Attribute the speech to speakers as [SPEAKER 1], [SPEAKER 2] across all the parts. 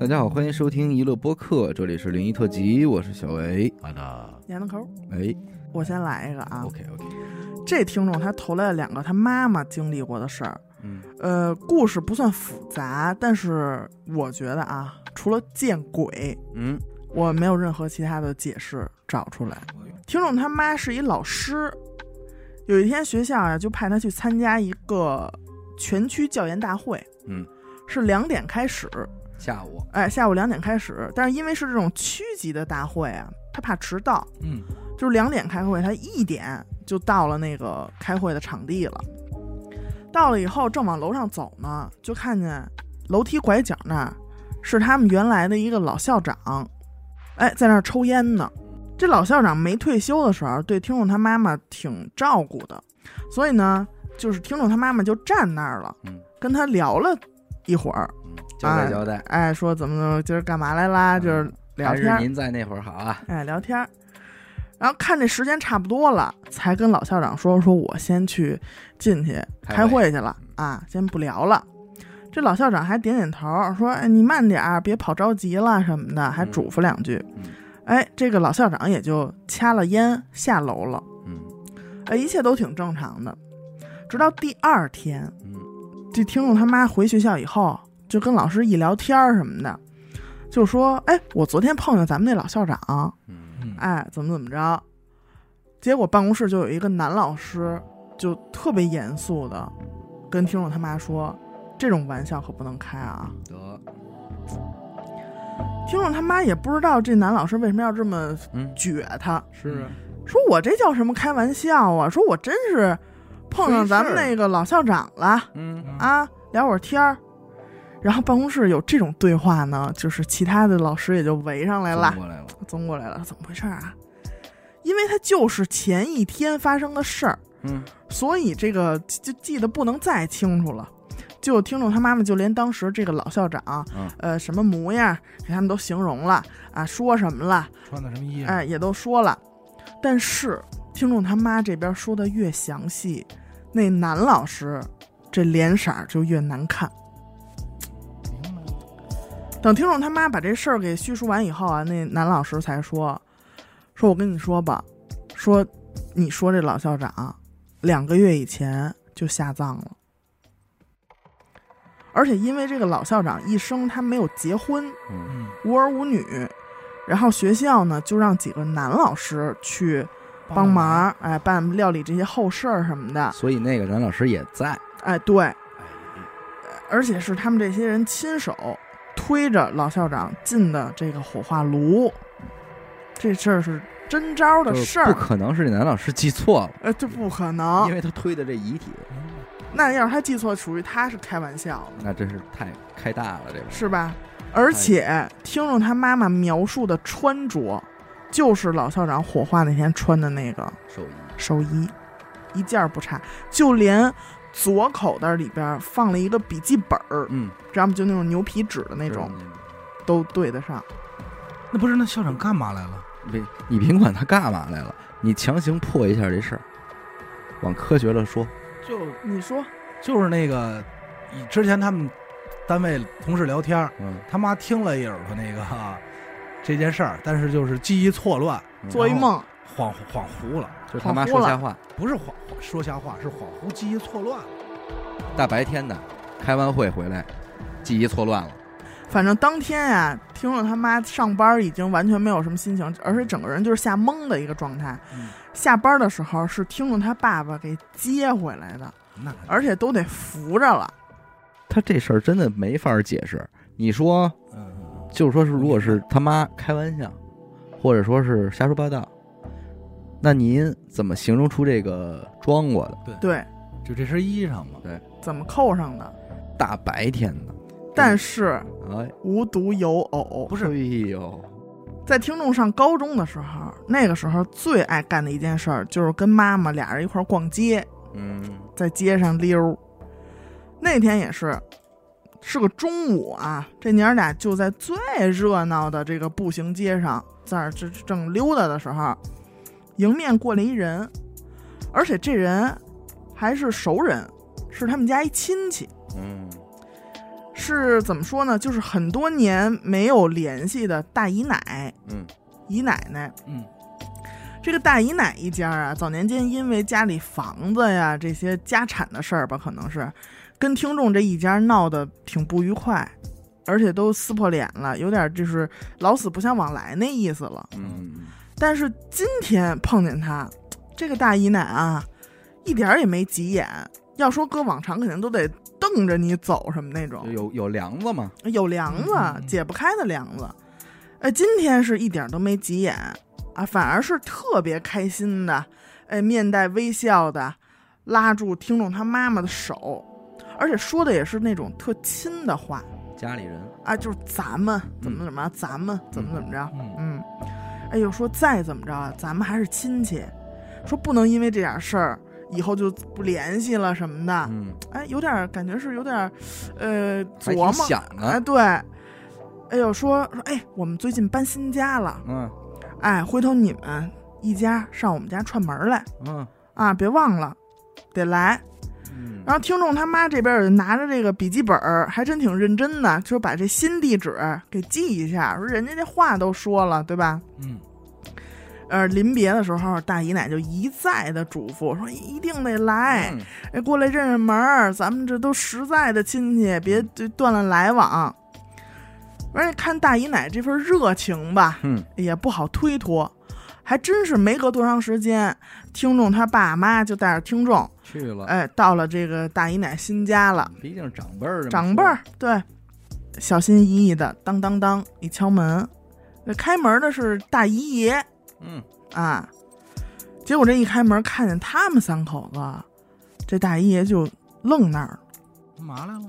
[SPEAKER 1] 大家好，欢迎收听娱乐播客，这里是灵异特辑，我是小维。
[SPEAKER 2] 啊那
[SPEAKER 3] 年的抠，
[SPEAKER 1] 哎
[SPEAKER 3] 我先来一个啊。
[SPEAKER 1] ，OK OK，
[SPEAKER 3] 这听众他投来了两个他妈妈经历过的事儿，
[SPEAKER 1] 嗯，
[SPEAKER 3] 呃，故事不算复杂，但是我觉得啊，除了见鬼，
[SPEAKER 1] 嗯，
[SPEAKER 3] 我没有任何其他的解释找出来。听众他妈是一老师，有一天学校啊就派他去参加一个全区教研大会，
[SPEAKER 1] 嗯，
[SPEAKER 3] 是两点开始，
[SPEAKER 1] 下午，
[SPEAKER 3] 哎，下午两点开始，但是因为是这种区级的大会啊，他怕迟到，
[SPEAKER 1] 嗯
[SPEAKER 3] 就是两点开会，他一点就到了那个开会的场地了。到了以后，正往楼上走呢，就看见楼梯拐角那儿是他们原来的一个老校长，哎，在那儿抽烟呢。这老校长没退休的时候，对听众他妈妈挺照顾的，所以呢，就是听众他妈妈就站那儿了，
[SPEAKER 1] 嗯
[SPEAKER 3] 跟他聊了一会儿，
[SPEAKER 1] 嗯，交代交代，
[SPEAKER 3] 哎，说怎么怎么今儿干嘛来
[SPEAKER 1] 嗯
[SPEAKER 3] 啦，就是聊
[SPEAKER 1] 还
[SPEAKER 3] 天
[SPEAKER 1] 是
[SPEAKER 3] 儿。
[SPEAKER 1] 您在那会儿好啊，
[SPEAKER 3] 哎，聊天儿，然后看这时间差不多了，才跟老校长说，说我先去进去
[SPEAKER 1] 开
[SPEAKER 3] 开会去了
[SPEAKER 1] 嗯
[SPEAKER 3] 啊，先不聊了。这老校长还点点头儿，说：“哎，你慢点儿，别跑着急了什么的，还
[SPEAKER 1] 嗯
[SPEAKER 3] 嘱咐两句。
[SPEAKER 1] 嗯
[SPEAKER 3] 哎，这个老校长也就掐了烟下楼了，
[SPEAKER 1] 嗯
[SPEAKER 3] 哎，一切都挺正常的。直到第二天，
[SPEAKER 1] 嗯
[SPEAKER 3] 这听众他妈回学校以后，就跟老师一聊天儿什么的，就说：“哎，我昨天碰见咱们那老校长，
[SPEAKER 1] 嗯
[SPEAKER 3] 哎，怎么怎么着。结果办公室就有一个男老师，就特别严肃的跟听众他妈说：“这种玩笑可不能开啊
[SPEAKER 1] 嗯，！”得，
[SPEAKER 3] 听众他妈也不知道这男老师为什么要这么
[SPEAKER 1] 嗯，
[SPEAKER 3] 撅他，
[SPEAKER 1] 是啊，
[SPEAKER 3] 说我这叫什么开玩笑啊？说我真是碰上咱们
[SPEAKER 1] 没事儿
[SPEAKER 3] 那个老校长了
[SPEAKER 1] 嗯
[SPEAKER 3] 啊，聊会儿天儿。然后办公室有这种对话呢，就是其他的老师也就围上来了
[SPEAKER 1] 中。过来了，
[SPEAKER 3] 综过来了，怎么回事啊？因为它就是前一天发生的事儿，
[SPEAKER 1] 嗯
[SPEAKER 3] 所以这个就记得不能再清楚了。就有听众他妈妈就连当时这个老校长，
[SPEAKER 1] 嗯
[SPEAKER 3] 呃，什么模样给他们都形容了啊，说什么了，
[SPEAKER 2] 穿的什么衣
[SPEAKER 1] 嗯
[SPEAKER 2] 服？
[SPEAKER 3] 哎、也都说了。但是听众他妈这边说的越详细，那男老师这脸色儿就越难看。
[SPEAKER 2] 明白了
[SPEAKER 3] 等听众他妈把这事儿给叙述完以后啊，那男老师才说：“说我跟你说吧，说你说这老校长两个月以前就下葬了，而且因为这个老校长一生他没有结婚，
[SPEAKER 1] 嗯
[SPEAKER 2] 嗯，
[SPEAKER 3] 无儿无女，然后学校呢就让几个男老师去帮
[SPEAKER 2] 忙。
[SPEAKER 3] 忙，哎，办料理这些后事儿什么的，
[SPEAKER 1] 所以那个男老师也在，
[SPEAKER 3] 哎，对，而且是他们这些人亲手推着老校长进的这个火化炉，这事儿是真招的
[SPEAKER 1] 就
[SPEAKER 3] 事
[SPEAKER 1] 是
[SPEAKER 3] 儿
[SPEAKER 1] 不，可能是那男老师记错了，
[SPEAKER 3] 呃，这不可
[SPEAKER 1] 因
[SPEAKER 3] 能。
[SPEAKER 1] 为他推的这遗体，
[SPEAKER 2] 明白
[SPEAKER 3] 那要是他记错，属于他是开玩笑的，
[SPEAKER 1] 那真是太开大了，这个
[SPEAKER 3] 是吧？而
[SPEAKER 1] 哎
[SPEAKER 3] 且听众他妈妈描述的穿着，就是老校长火化那天穿的那个
[SPEAKER 1] 兽医，
[SPEAKER 3] 寿衣，一件儿不差，就连左口袋里边放了一个笔记本儿，
[SPEAKER 1] 嗯，
[SPEAKER 3] 知道吗？就那种牛皮纸的那
[SPEAKER 1] 知道
[SPEAKER 3] 种，都对得上。
[SPEAKER 2] 那不是那校长干嘛来了？
[SPEAKER 1] 你你甭管他干嘛来了，你强行破一下这事儿，往科学了说，
[SPEAKER 2] 就
[SPEAKER 3] 你说
[SPEAKER 2] 就是那个，以之前他们单位同事聊天儿，
[SPEAKER 1] 嗯，
[SPEAKER 2] 他妈听了一耳朵那个、啊这件事儿，但是就是记忆错乱，
[SPEAKER 1] 嗯
[SPEAKER 3] 做一梦，
[SPEAKER 2] 恍恍惚了，
[SPEAKER 1] 就是他妈说瞎话，
[SPEAKER 2] 不是恍恍说瞎话，是恍惚记忆错乱了。
[SPEAKER 1] 大白天的，开完会回来，记忆错乱了，
[SPEAKER 3] 反正当天啊，听众他妈上班已经完全没有什么心情，而且整个人就是吓懵的一个状态。
[SPEAKER 2] 嗯
[SPEAKER 3] 下班的时候是听众他爸爸给接回来的，
[SPEAKER 2] 嗯那
[SPEAKER 3] 而且都得扶着了。
[SPEAKER 1] 他这事儿真的没法儿解释。你说，
[SPEAKER 2] 嗯，
[SPEAKER 1] 就是说是，如果是他妈开玩笑，或者说是瞎说八道，那您怎么形容出这个装过的？
[SPEAKER 3] 对，
[SPEAKER 2] 就这身衣裳嘛，
[SPEAKER 3] 怎么扣上的？
[SPEAKER 1] 大白天的，
[SPEAKER 3] 但是
[SPEAKER 1] 哎，
[SPEAKER 3] 无独有偶，
[SPEAKER 1] 不是，哎呦，
[SPEAKER 3] 在听众上高中的时候，那个时候最爱干的一件事儿就是跟妈妈俩人一块儿逛街，
[SPEAKER 1] 嗯
[SPEAKER 3] 在街上溜。那天也是，是个中午啊，这娘儿俩就在最热闹的这个步行街上，在那儿这正溜达的时候，迎面过来一人，而且这人还是熟人，是他们家一亲戚。
[SPEAKER 1] 嗯，
[SPEAKER 3] 是怎么说呢？就是很多年没有联系的大姨奶，
[SPEAKER 1] 嗯，
[SPEAKER 3] 姨奶奶。
[SPEAKER 2] 嗯，
[SPEAKER 3] 这个大姨奶一家啊，早年间因为家里房子呀这些家产的事儿吧，可能是跟听众这一家闹得挺不愉快，而且都撕破脸了，有点就是老死不相往来那意思了。
[SPEAKER 1] 嗯，
[SPEAKER 3] 但是今天碰见他，这个大姨奶啊，一点儿也没急眼。要说搁往常，肯定都得瞪着你走什么那种
[SPEAKER 1] 就。有有梁子嘛，
[SPEAKER 3] 有梁子
[SPEAKER 2] 嗯嗯，嗯
[SPEAKER 3] 解不开的梁子。哎，今天是一点儿都没急眼啊，反而是特别开心的，哎，面带微笑的拉住听众他妈妈的手，而且说的也是那种特亲的话
[SPEAKER 1] 家里人，
[SPEAKER 3] 啊，就是咱们怎么怎么着，咱们怎么怎么着，
[SPEAKER 2] 嗯
[SPEAKER 3] 嗯，哎呦，说再怎么着啊，咱们还是亲戚，说不能因为这点事儿以后就不联系了什么的，
[SPEAKER 1] 嗯，
[SPEAKER 3] 哎，有点儿感觉是有点儿，呃，
[SPEAKER 1] 还
[SPEAKER 3] 琢
[SPEAKER 1] 挺
[SPEAKER 3] 磨
[SPEAKER 1] 想
[SPEAKER 3] 哎，
[SPEAKER 1] 的，
[SPEAKER 3] 对，哎呦，说说，哎，我们最近搬新家了，
[SPEAKER 1] 嗯
[SPEAKER 3] 哎，回头你们一家上我们家串门儿来
[SPEAKER 1] 嗯
[SPEAKER 3] 啊，别忘了，得来。
[SPEAKER 1] 嗯，
[SPEAKER 3] 然后听众他妈这边儿也拿着这个笔记本儿，还真挺认真的，就把这新地址给记一下，说人家这话都说了，对吧？
[SPEAKER 2] 嗯
[SPEAKER 3] 呃，临别的时候，大姨奶就一再的嘱咐说，一定得来，
[SPEAKER 1] 嗯，
[SPEAKER 3] 哎，过来认认门儿，咱们这都实在的亲戚，别
[SPEAKER 1] 嗯
[SPEAKER 3] 就断了来往。而且看大姨奶这份热情吧，
[SPEAKER 1] 嗯，
[SPEAKER 3] 也不好推脱，还真是没隔多长时间，听众他爸妈就带着听众，
[SPEAKER 1] 去了，
[SPEAKER 3] 哎，到了这个大姨奶新家了，
[SPEAKER 1] 毕竟是长辈儿这么说，
[SPEAKER 3] 长辈儿对，小心翼翼的当当当一敲门，那开门的是大姨爷，
[SPEAKER 1] 嗯，
[SPEAKER 3] 啊。结果这一开门，看见他们三口子，这大姨爷就愣那儿，
[SPEAKER 2] 干嘛来了？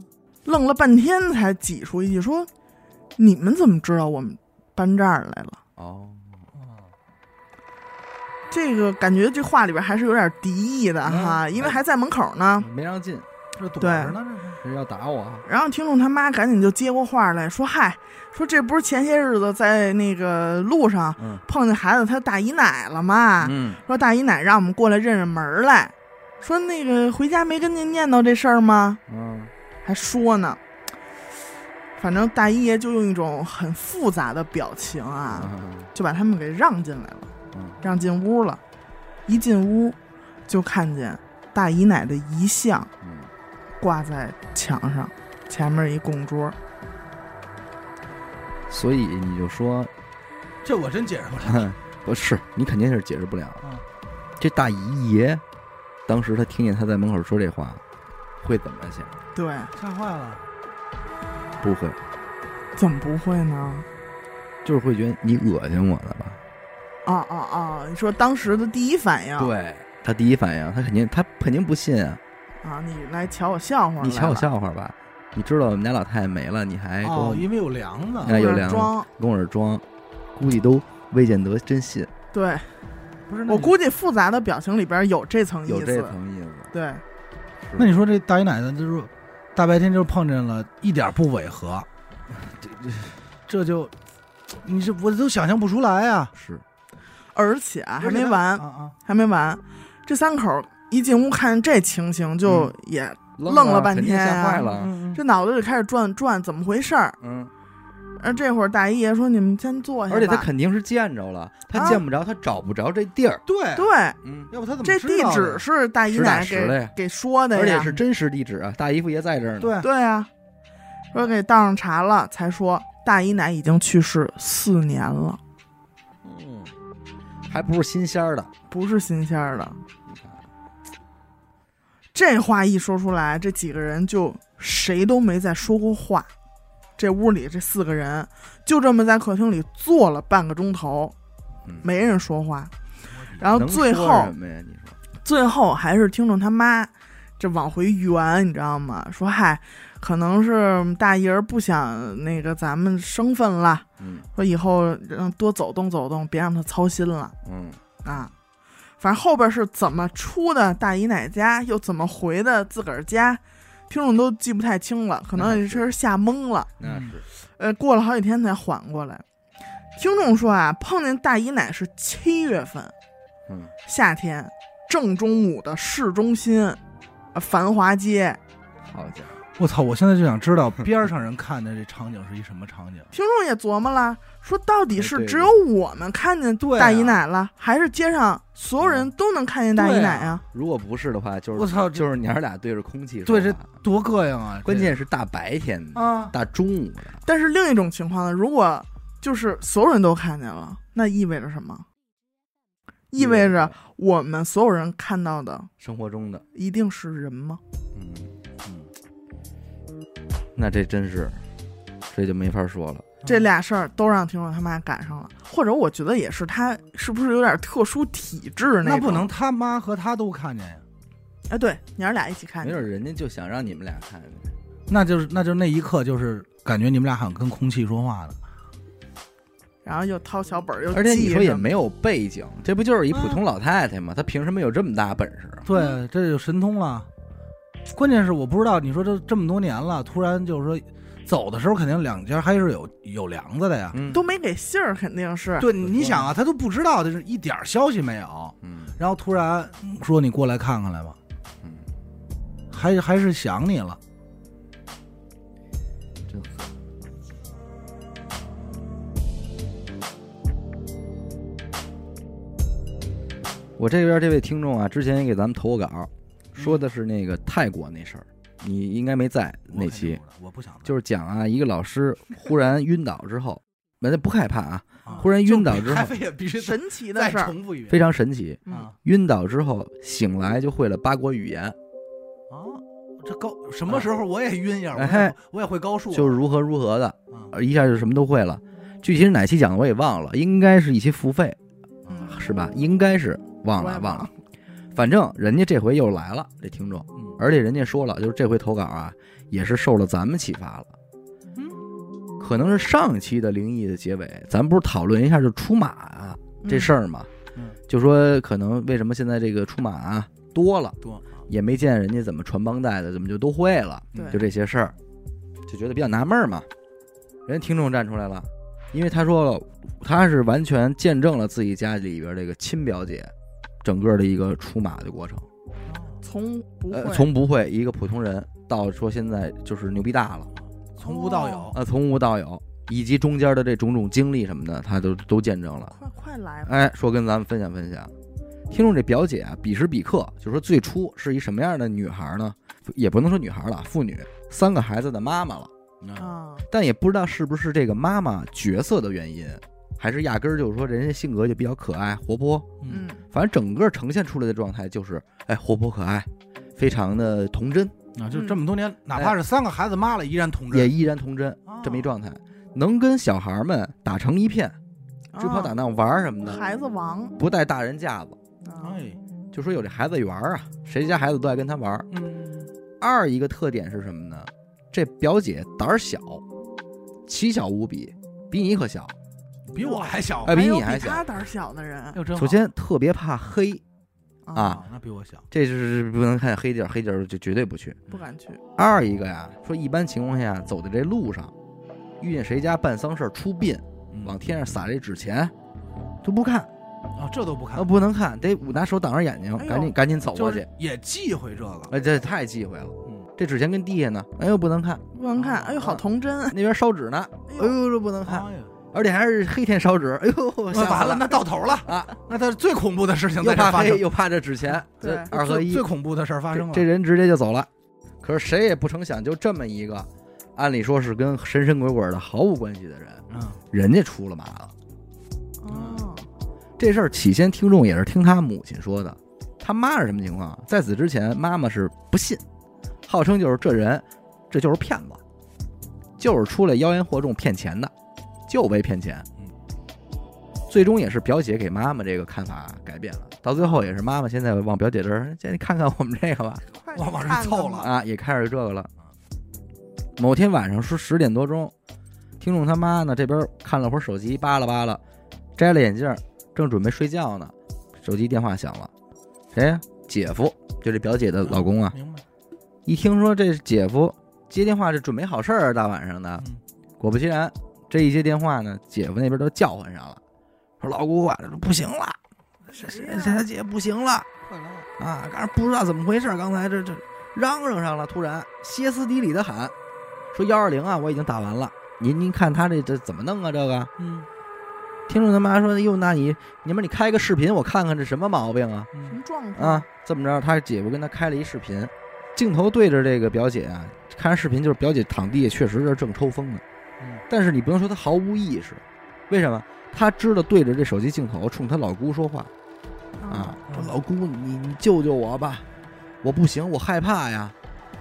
[SPEAKER 3] 愣了半天才挤出一句说：“你们怎么知道我们搬这儿来了
[SPEAKER 1] 哦，
[SPEAKER 2] 啊，？”
[SPEAKER 3] 这个感觉这话里边还是有点敌意的哈，
[SPEAKER 1] 嗯
[SPEAKER 3] 因为还在门口呢。
[SPEAKER 1] 哦没让进，
[SPEAKER 2] 这躲着呢，这是
[SPEAKER 1] 这是要打我啊，
[SPEAKER 3] 然后听众他妈赶紧就接过话来说：“嗨，说这不是前些日子在那个路上
[SPEAKER 1] 嗯
[SPEAKER 3] 碰见孩子他大姨奶了吗？
[SPEAKER 1] 嗯，
[SPEAKER 3] 说大姨奶让我们过来认认门儿来，说那个回家没跟您念叨这事儿吗？”
[SPEAKER 1] 嗯
[SPEAKER 3] 还说呢。反正大姨爷就用一种很复杂的表情啊，
[SPEAKER 1] 啊，
[SPEAKER 3] 就把他们给让进来了，
[SPEAKER 1] 嗯
[SPEAKER 3] 让进屋了。一进屋，就看见大姨奶的遗像
[SPEAKER 1] 嗯，
[SPEAKER 3] 挂在墙上，前面一供桌。
[SPEAKER 1] 所以你就说，
[SPEAKER 2] 这我真解释不了。
[SPEAKER 1] 不是你肯定是解释不了
[SPEAKER 2] 嗯，
[SPEAKER 1] 这大姨爷，当时他听见他在门口说这话，会怎么想？
[SPEAKER 3] 对，
[SPEAKER 2] 吓坏了，
[SPEAKER 1] 不会，
[SPEAKER 3] 怎么不会呢？
[SPEAKER 1] 就是会觉得你恶心我了吧？
[SPEAKER 3] 啊啊啊！你说当时的第一反应，
[SPEAKER 1] 对他第一反应，他肯定他肯定不信啊！
[SPEAKER 3] 啊，你来瞧我笑话，
[SPEAKER 1] 你瞧我，笑话吧，你知道我们家老太太没了，你还跟我、
[SPEAKER 2] 哦，因为有梁子，
[SPEAKER 1] 哎有
[SPEAKER 3] 点
[SPEAKER 1] 良
[SPEAKER 3] 装。
[SPEAKER 1] 跟我这儿装，估计都未见得真信，
[SPEAKER 3] 对
[SPEAKER 2] 不是？那
[SPEAKER 3] 我
[SPEAKER 2] 你
[SPEAKER 3] 估计复杂的表情里边有这层
[SPEAKER 1] 有
[SPEAKER 3] 意
[SPEAKER 1] 这
[SPEAKER 3] 思。
[SPEAKER 1] 层意思。
[SPEAKER 3] 对，
[SPEAKER 2] 那你说这大姨奶奶就是大白天就碰见了，一点不违和，这这这就你这我都想象不出来啊！
[SPEAKER 1] 是
[SPEAKER 3] 而且啊，还
[SPEAKER 2] 而且
[SPEAKER 3] 没
[SPEAKER 2] 她
[SPEAKER 3] 完
[SPEAKER 2] 啊，啊！
[SPEAKER 3] 还没完，这三口儿一进屋看这情形，
[SPEAKER 1] 嗯
[SPEAKER 3] 就也、愣了
[SPEAKER 1] 了
[SPEAKER 3] 半
[SPEAKER 1] 肯定
[SPEAKER 3] 天
[SPEAKER 1] 吓坏
[SPEAKER 3] 啊
[SPEAKER 1] 了。
[SPEAKER 2] 嗯嗯
[SPEAKER 3] 这脑子里开始转转，怎么回事儿？
[SPEAKER 1] 嗯，
[SPEAKER 3] 而这会儿大姨爷说：“你们先坐下吧。”
[SPEAKER 1] 而且他肯定是见着了，他
[SPEAKER 3] 哎啊
[SPEAKER 1] 见不着，他找不着这地儿。
[SPEAKER 2] 对，
[SPEAKER 3] 对，
[SPEAKER 1] 嗯，
[SPEAKER 2] 要不他怎么
[SPEAKER 3] 这
[SPEAKER 2] 知
[SPEAKER 3] 地
[SPEAKER 2] 道的
[SPEAKER 3] 址是大姨
[SPEAKER 1] 实打
[SPEAKER 3] 奶
[SPEAKER 1] 实的
[SPEAKER 3] 给
[SPEAKER 1] 呀
[SPEAKER 3] 给说的
[SPEAKER 1] 而且
[SPEAKER 3] 呀，
[SPEAKER 1] 是真实地址啊，大姨夫也在这儿呢。，
[SPEAKER 2] 对，
[SPEAKER 3] 对啊，说给倒上茶了，才说大姨奶已经去世四年了，
[SPEAKER 1] 嗯，还不是新鲜儿的。
[SPEAKER 3] 不是新鲜儿的。
[SPEAKER 1] 你看，
[SPEAKER 3] 这话一说出来，这几个人就谁都没再说过话。这屋里这四个人就这么在客厅里坐了半个钟头，
[SPEAKER 1] 嗯
[SPEAKER 3] 没人说话。然后
[SPEAKER 1] 能
[SPEAKER 3] 最
[SPEAKER 1] 说
[SPEAKER 3] 后
[SPEAKER 1] 什么呀？你说，
[SPEAKER 3] 最后还是听众他妈这往回圆，你知道吗？说嗨，可能是大姨儿不想那个咱们生分了，
[SPEAKER 1] 嗯
[SPEAKER 3] 说以后让多走动走动，别让他操心了
[SPEAKER 1] 嗯，
[SPEAKER 3] 啊。反正后边是怎么出的大姨奶家，又怎么回的自个儿家，听众都记不太清了，可
[SPEAKER 1] 那
[SPEAKER 3] 能也
[SPEAKER 1] 是
[SPEAKER 3] 是吓懵了。
[SPEAKER 1] 那
[SPEAKER 2] 嗯
[SPEAKER 1] 是
[SPEAKER 3] 呃，过了好几天才缓过来。听众说啊，碰见大姨奶是七月份，
[SPEAKER 1] 嗯
[SPEAKER 3] 夏天正中午的市中心，呃繁华街，
[SPEAKER 1] 好家伙，
[SPEAKER 2] 我操！我现在就想知道边儿上人看见这场景是一什么场景。
[SPEAKER 3] 听众也琢磨了，说到底
[SPEAKER 1] 哎
[SPEAKER 3] 是
[SPEAKER 1] 对
[SPEAKER 3] 只有我们看见
[SPEAKER 2] 对啊
[SPEAKER 3] 大姨奶了，还是街上所有人都能看见大姨奶啊？
[SPEAKER 1] 如果不是的话，就是
[SPEAKER 2] 我操，这
[SPEAKER 1] 就是娘儿俩对着空气说
[SPEAKER 2] 对
[SPEAKER 1] 话，
[SPEAKER 2] 这多膈应啊！
[SPEAKER 1] 关键是大白天的，
[SPEAKER 2] 啊，
[SPEAKER 1] 大中午的，
[SPEAKER 3] 但是另一种情况呢，如果就是所有人都看见了，那意味着什么？意味着我们所有人看到的
[SPEAKER 1] 生活中的，
[SPEAKER 3] 一定是人吗？
[SPEAKER 1] 嗯嗯，那这真是，这就没法说了。
[SPEAKER 3] 这俩事儿都让听众他妈赶上了，或者我觉得也是他是不是有点特殊体质
[SPEAKER 2] 那
[SPEAKER 3] 种
[SPEAKER 2] 不能他妈和他都看见呀，
[SPEAKER 3] 哎，对，娘儿俩一起看
[SPEAKER 1] 没
[SPEAKER 3] 见，
[SPEAKER 1] 准人家就想让你们俩看见，
[SPEAKER 2] 那就是那就是那一刻就是感觉你们俩好像跟空气说话呢。
[SPEAKER 3] 然后又掏小本儿又
[SPEAKER 1] 而且你
[SPEAKER 3] 记
[SPEAKER 1] 说也
[SPEAKER 3] 着嗯
[SPEAKER 1] 没有背景，这不就是一普通老太太吗？她凭什么有这么大本事啊？
[SPEAKER 2] 对，这就神通了。关键是我不知道，你说这这么多年了，突然就是说走的时候，肯定两家还是有有梁子的呀。
[SPEAKER 1] 嗯
[SPEAKER 3] 都没给信儿，肯定是
[SPEAKER 2] 对，你想啊，他都不知道，就是一点儿消息没有，
[SPEAKER 1] 嗯
[SPEAKER 2] 然后突然嗯说你过来看看来吧，
[SPEAKER 1] 嗯，
[SPEAKER 2] 还还是想你了。
[SPEAKER 1] 真狠。我这边这位听众啊，之前也给咱们投过稿，说的是那个泰国那事儿，你应该没在那期，
[SPEAKER 2] 嗯我不想，
[SPEAKER 1] 就是讲啊，一个老师忽然晕倒之后，人家不害怕啊，
[SPEAKER 2] 啊
[SPEAKER 1] 忽然晕倒之后
[SPEAKER 2] 咖啡 也必须再
[SPEAKER 3] 神奇的
[SPEAKER 2] 再
[SPEAKER 3] 事儿。
[SPEAKER 2] 重复一遍
[SPEAKER 1] 非常神奇，
[SPEAKER 3] 嗯
[SPEAKER 2] 啊
[SPEAKER 1] 晕倒之后醒来就会了八国语言，
[SPEAKER 2] 啊！这高什么时候我也晕一下，我
[SPEAKER 1] 哎
[SPEAKER 2] 也我也会高啊数，
[SPEAKER 1] 就是如何如何的，
[SPEAKER 2] 啊
[SPEAKER 1] 一下就什么都会了。具体是哪期讲的我也忘了，应该是一期付费
[SPEAKER 3] 嗯
[SPEAKER 1] 是吧？应该是忘
[SPEAKER 3] 我也
[SPEAKER 1] 了
[SPEAKER 3] 忘
[SPEAKER 1] 忘
[SPEAKER 3] 了
[SPEAKER 1] 了，反正人家这回又来了，这听众，
[SPEAKER 2] 嗯
[SPEAKER 1] 而且人家说了，就是这回投稿啊，也是受了咱们启发了。
[SPEAKER 3] 嗯
[SPEAKER 1] 可能是上期的灵异的结尾，咱不是讨论一下就出马、啊、这事
[SPEAKER 3] 儿，
[SPEAKER 1] 儿吗？
[SPEAKER 2] 嗯
[SPEAKER 1] 就说可能为什么现在这个出马、啊、多了，
[SPEAKER 2] 多
[SPEAKER 1] 也没见人家怎么传帮带的，怎么就都会了。
[SPEAKER 3] 对
[SPEAKER 1] 就这些事儿，就觉得比较纳闷儿嘛。人家听众站出来了，因为他说了，他是完全见证了自己家里边这个亲表姐整个的一个出马的过程，
[SPEAKER 3] 从不会、
[SPEAKER 1] 呃，从不会一个普通人到说现在就是牛逼大了，
[SPEAKER 2] 从无到
[SPEAKER 3] 哦
[SPEAKER 2] 有，
[SPEAKER 1] 呃，从无到有，以及中间的这种种经历什么的，他都都见证了。
[SPEAKER 3] 快快来吧，
[SPEAKER 1] 哎，说跟咱们分享分享。听众这表姐啊，彼时彼刻，就说最初是一什么样的女孩呢？也不能说女孩了，妇女，三个孩子的妈妈了。
[SPEAKER 2] 嗯
[SPEAKER 3] 啊，
[SPEAKER 1] 但也不知道是不是这个妈妈角色的原因，还是压根儿就是说人家性格就比较可爱活泼，
[SPEAKER 3] 嗯，
[SPEAKER 1] 反正整个呈现出来的状态就是，哎，活泼可爱，非常的童真，
[SPEAKER 2] 啊，就这么多年，哪怕是三个孩子妈了，依然同
[SPEAKER 1] 嗯哎也
[SPEAKER 2] 志，
[SPEAKER 1] 依然童真
[SPEAKER 2] 啊
[SPEAKER 1] 这么一状态，能跟小孩儿们打成一片，
[SPEAKER 3] 啊
[SPEAKER 1] 追跑打闹玩儿什么的，
[SPEAKER 3] 孩子王，
[SPEAKER 1] 不带大人架子，
[SPEAKER 3] 啊
[SPEAKER 2] 哎，
[SPEAKER 1] 就说有这孩子缘儿啊，谁家孩子都爱跟他玩儿。
[SPEAKER 2] 嗯，
[SPEAKER 1] 二一个特点是什么呢？这表姐胆儿小，奇小无比，比你可小，
[SPEAKER 2] 比我还小，
[SPEAKER 1] 哎，
[SPEAKER 3] 还
[SPEAKER 1] 比
[SPEAKER 3] 有
[SPEAKER 1] 你还
[SPEAKER 3] 比他
[SPEAKER 1] 小。
[SPEAKER 3] 胆儿小的人嗯
[SPEAKER 2] 哟，真好
[SPEAKER 1] 首先特别怕黑，啊，
[SPEAKER 2] 那比我小，
[SPEAKER 1] 这就是不能看黑地儿，黑地儿就绝对不去。
[SPEAKER 3] 不敢去，
[SPEAKER 1] 二一个呀，说一般情况下走在这路上，遇见谁家办丧事儿出殡，
[SPEAKER 2] 嗯
[SPEAKER 1] 往天上撒这纸钱，都不看，
[SPEAKER 2] 啊，这都不看
[SPEAKER 1] 啊，，不能看，得捂拿手挡着眼睛
[SPEAKER 3] 哎，呦
[SPEAKER 1] 赶紧赶紧走
[SPEAKER 2] 就
[SPEAKER 1] 过去
[SPEAKER 2] 是。也忌讳这个，
[SPEAKER 1] 哎，这太忌讳了
[SPEAKER 2] 嗯。
[SPEAKER 1] 这纸钱跟地下呢，哎呦不能看，
[SPEAKER 3] 不能看，
[SPEAKER 2] 啊
[SPEAKER 3] 哎呦，好童真，
[SPEAKER 1] 那边烧纸呢，
[SPEAKER 3] 哎
[SPEAKER 1] 哎
[SPEAKER 3] 呦，
[SPEAKER 1] 呦这不能看，
[SPEAKER 2] 哎呀，
[SPEAKER 1] 而且还是黑天烧纸，哎呦
[SPEAKER 2] 那
[SPEAKER 1] 吓
[SPEAKER 2] 完
[SPEAKER 1] 死
[SPEAKER 2] 了，那到头了
[SPEAKER 1] 啊！
[SPEAKER 2] 那他最恐怖的事情
[SPEAKER 1] 又
[SPEAKER 2] 在这
[SPEAKER 1] 怕
[SPEAKER 2] 发
[SPEAKER 1] 黑
[SPEAKER 2] 生，
[SPEAKER 1] 又怕这纸钱，这
[SPEAKER 3] 对
[SPEAKER 1] 二合一
[SPEAKER 2] 最最恐怖的事儿发生了，
[SPEAKER 1] 这这人直接就走了。可是谁也不成想，就这么一个，按理说是跟神神鬼鬼的毫无关系的人，
[SPEAKER 2] 嗯
[SPEAKER 1] 人家出了马了。嗯
[SPEAKER 3] 哦，
[SPEAKER 1] 这事儿起先听众也是听他母亲说的，他妈是什么情况？在此之前，妈妈是不信，号称就是这人，这就是骗子，就是出来妖言惑众骗钱的，就为骗钱
[SPEAKER 2] 嗯。
[SPEAKER 1] 最终也是表姐给妈妈这个看法改变了，到最后也是妈妈现在往表姐这儿，哎姐你看看我们这个吧，
[SPEAKER 3] 快
[SPEAKER 2] 往往上
[SPEAKER 3] 看看
[SPEAKER 2] 凑
[SPEAKER 3] 吧
[SPEAKER 2] 了
[SPEAKER 1] 啊，也开始这个了。某天晚上是十点多钟，听众他妈呢这边看了会儿手机，扒拉扒拉，摘了眼镜，正准备睡觉呢，手机电话响了，谁呀？姐夫，就这表姐的老公啊。
[SPEAKER 2] 明白，
[SPEAKER 1] 一听说这是姐夫接电话，这准没好事儿啊，大晚上的。
[SPEAKER 2] 嗯
[SPEAKER 1] 果不其然，这一接电话呢，姐夫那边都叫唤上了，说老姑啊，这不行了，这
[SPEAKER 3] 谁呀
[SPEAKER 1] 这他姐不行了。
[SPEAKER 2] 快来，
[SPEAKER 1] 啊，刚才不知道怎么回事，刚才这这嚷嚷上了，突然歇斯底里的喊，说幺二零啊，我已经打完了，您您看他这这怎么弄啊？这个
[SPEAKER 2] 嗯
[SPEAKER 1] 听众他妈说，哟，那你你们你开个视频，我看看这什么毛病啊？
[SPEAKER 3] 什么
[SPEAKER 2] 嗯
[SPEAKER 3] 状况？
[SPEAKER 1] 啊，这么着，他姐夫跟他开了一视频，镜头对着这个表姐啊，看视频就是表姐躺地，确实是正抽风呢。
[SPEAKER 2] 嗯
[SPEAKER 1] 但是你不能说她毫无意识，为什么？她知道对着这手机镜头冲她老姑说话啊
[SPEAKER 3] 啊，
[SPEAKER 1] 说老姑，你你救救我吧，我不行，我害怕呀，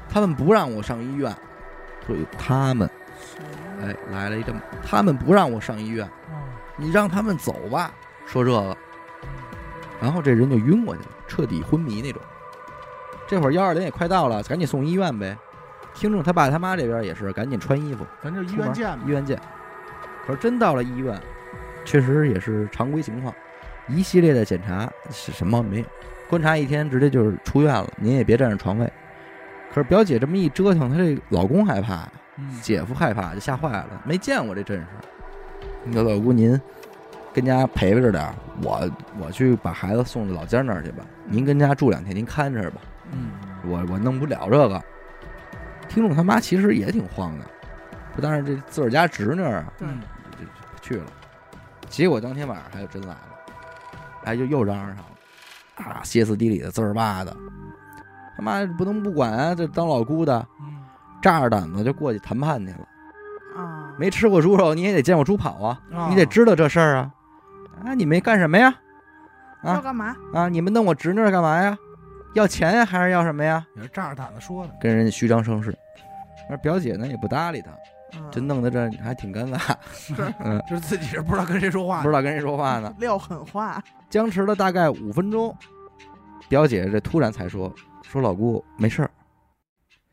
[SPEAKER 1] 他们不让我上医院，所以他们
[SPEAKER 3] 谁
[SPEAKER 1] 哎来了一这么，他们不让我上医院，
[SPEAKER 2] 哦
[SPEAKER 1] 你让他们走吧，说这个，然后这人就晕过去了，彻底昏迷那种。这会儿幺二零也快到了，赶紧送医院呗。听众他爸他妈这边也是赶紧穿衣服，
[SPEAKER 2] 咱就医
[SPEAKER 1] 出门
[SPEAKER 2] 院见吧
[SPEAKER 1] 医。院见。可是真到了医院，确实也是常规情况，一系列的检查是什么没有，观察一天直接就是出院了，您也别占着床位。可是表姐这么一折腾，她这老公害怕呀，
[SPEAKER 2] 嗯
[SPEAKER 1] 姐夫害怕就吓坏了，没见过这阵势。你说老姑您跟家陪陪着点儿，我我去把孩子送到老家那儿去吧，您跟家住两天，您看着吧，
[SPEAKER 2] 嗯
[SPEAKER 1] 我我弄不了这个。听众他妈其实也挺慌的，不但是这自个儿家侄女儿啊
[SPEAKER 3] 对，
[SPEAKER 2] 嗯
[SPEAKER 1] 去了，结果当天晚上他就真来了，哎，就又嚷嚷上了，啊，歇斯底里的滋儿吧的，他妈不能不管啊，这当老姑的
[SPEAKER 2] 嗯
[SPEAKER 1] 炸着胆子就过去谈判去了。
[SPEAKER 3] 啊，
[SPEAKER 1] 没吃过猪肉，你也得见过猪跑啊，
[SPEAKER 2] 啊
[SPEAKER 1] 你得知道这事儿啊。啊，你没干什么呀？啊
[SPEAKER 3] 要干嘛？
[SPEAKER 1] 啊，你们弄我侄女儿干嘛呀？要钱呀，还是要什么呀？
[SPEAKER 2] 也是炸着胆子说的。
[SPEAKER 1] 跟人家虚张声势。而表姐呢也不搭理他，
[SPEAKER 3] 嗯
[SPEAKER 1] 这弄得这还挺尴尬，
[SPEAKER 2] 就是自己人不知道跟谁说话
[SPEAKER 1] 不知道跟谁说话呢。
[SPEAKER 3] 撂狠话，
[SPEAKER 1] 僵持了大概五分钟，表姐这突然才说：“说老姑没事儿，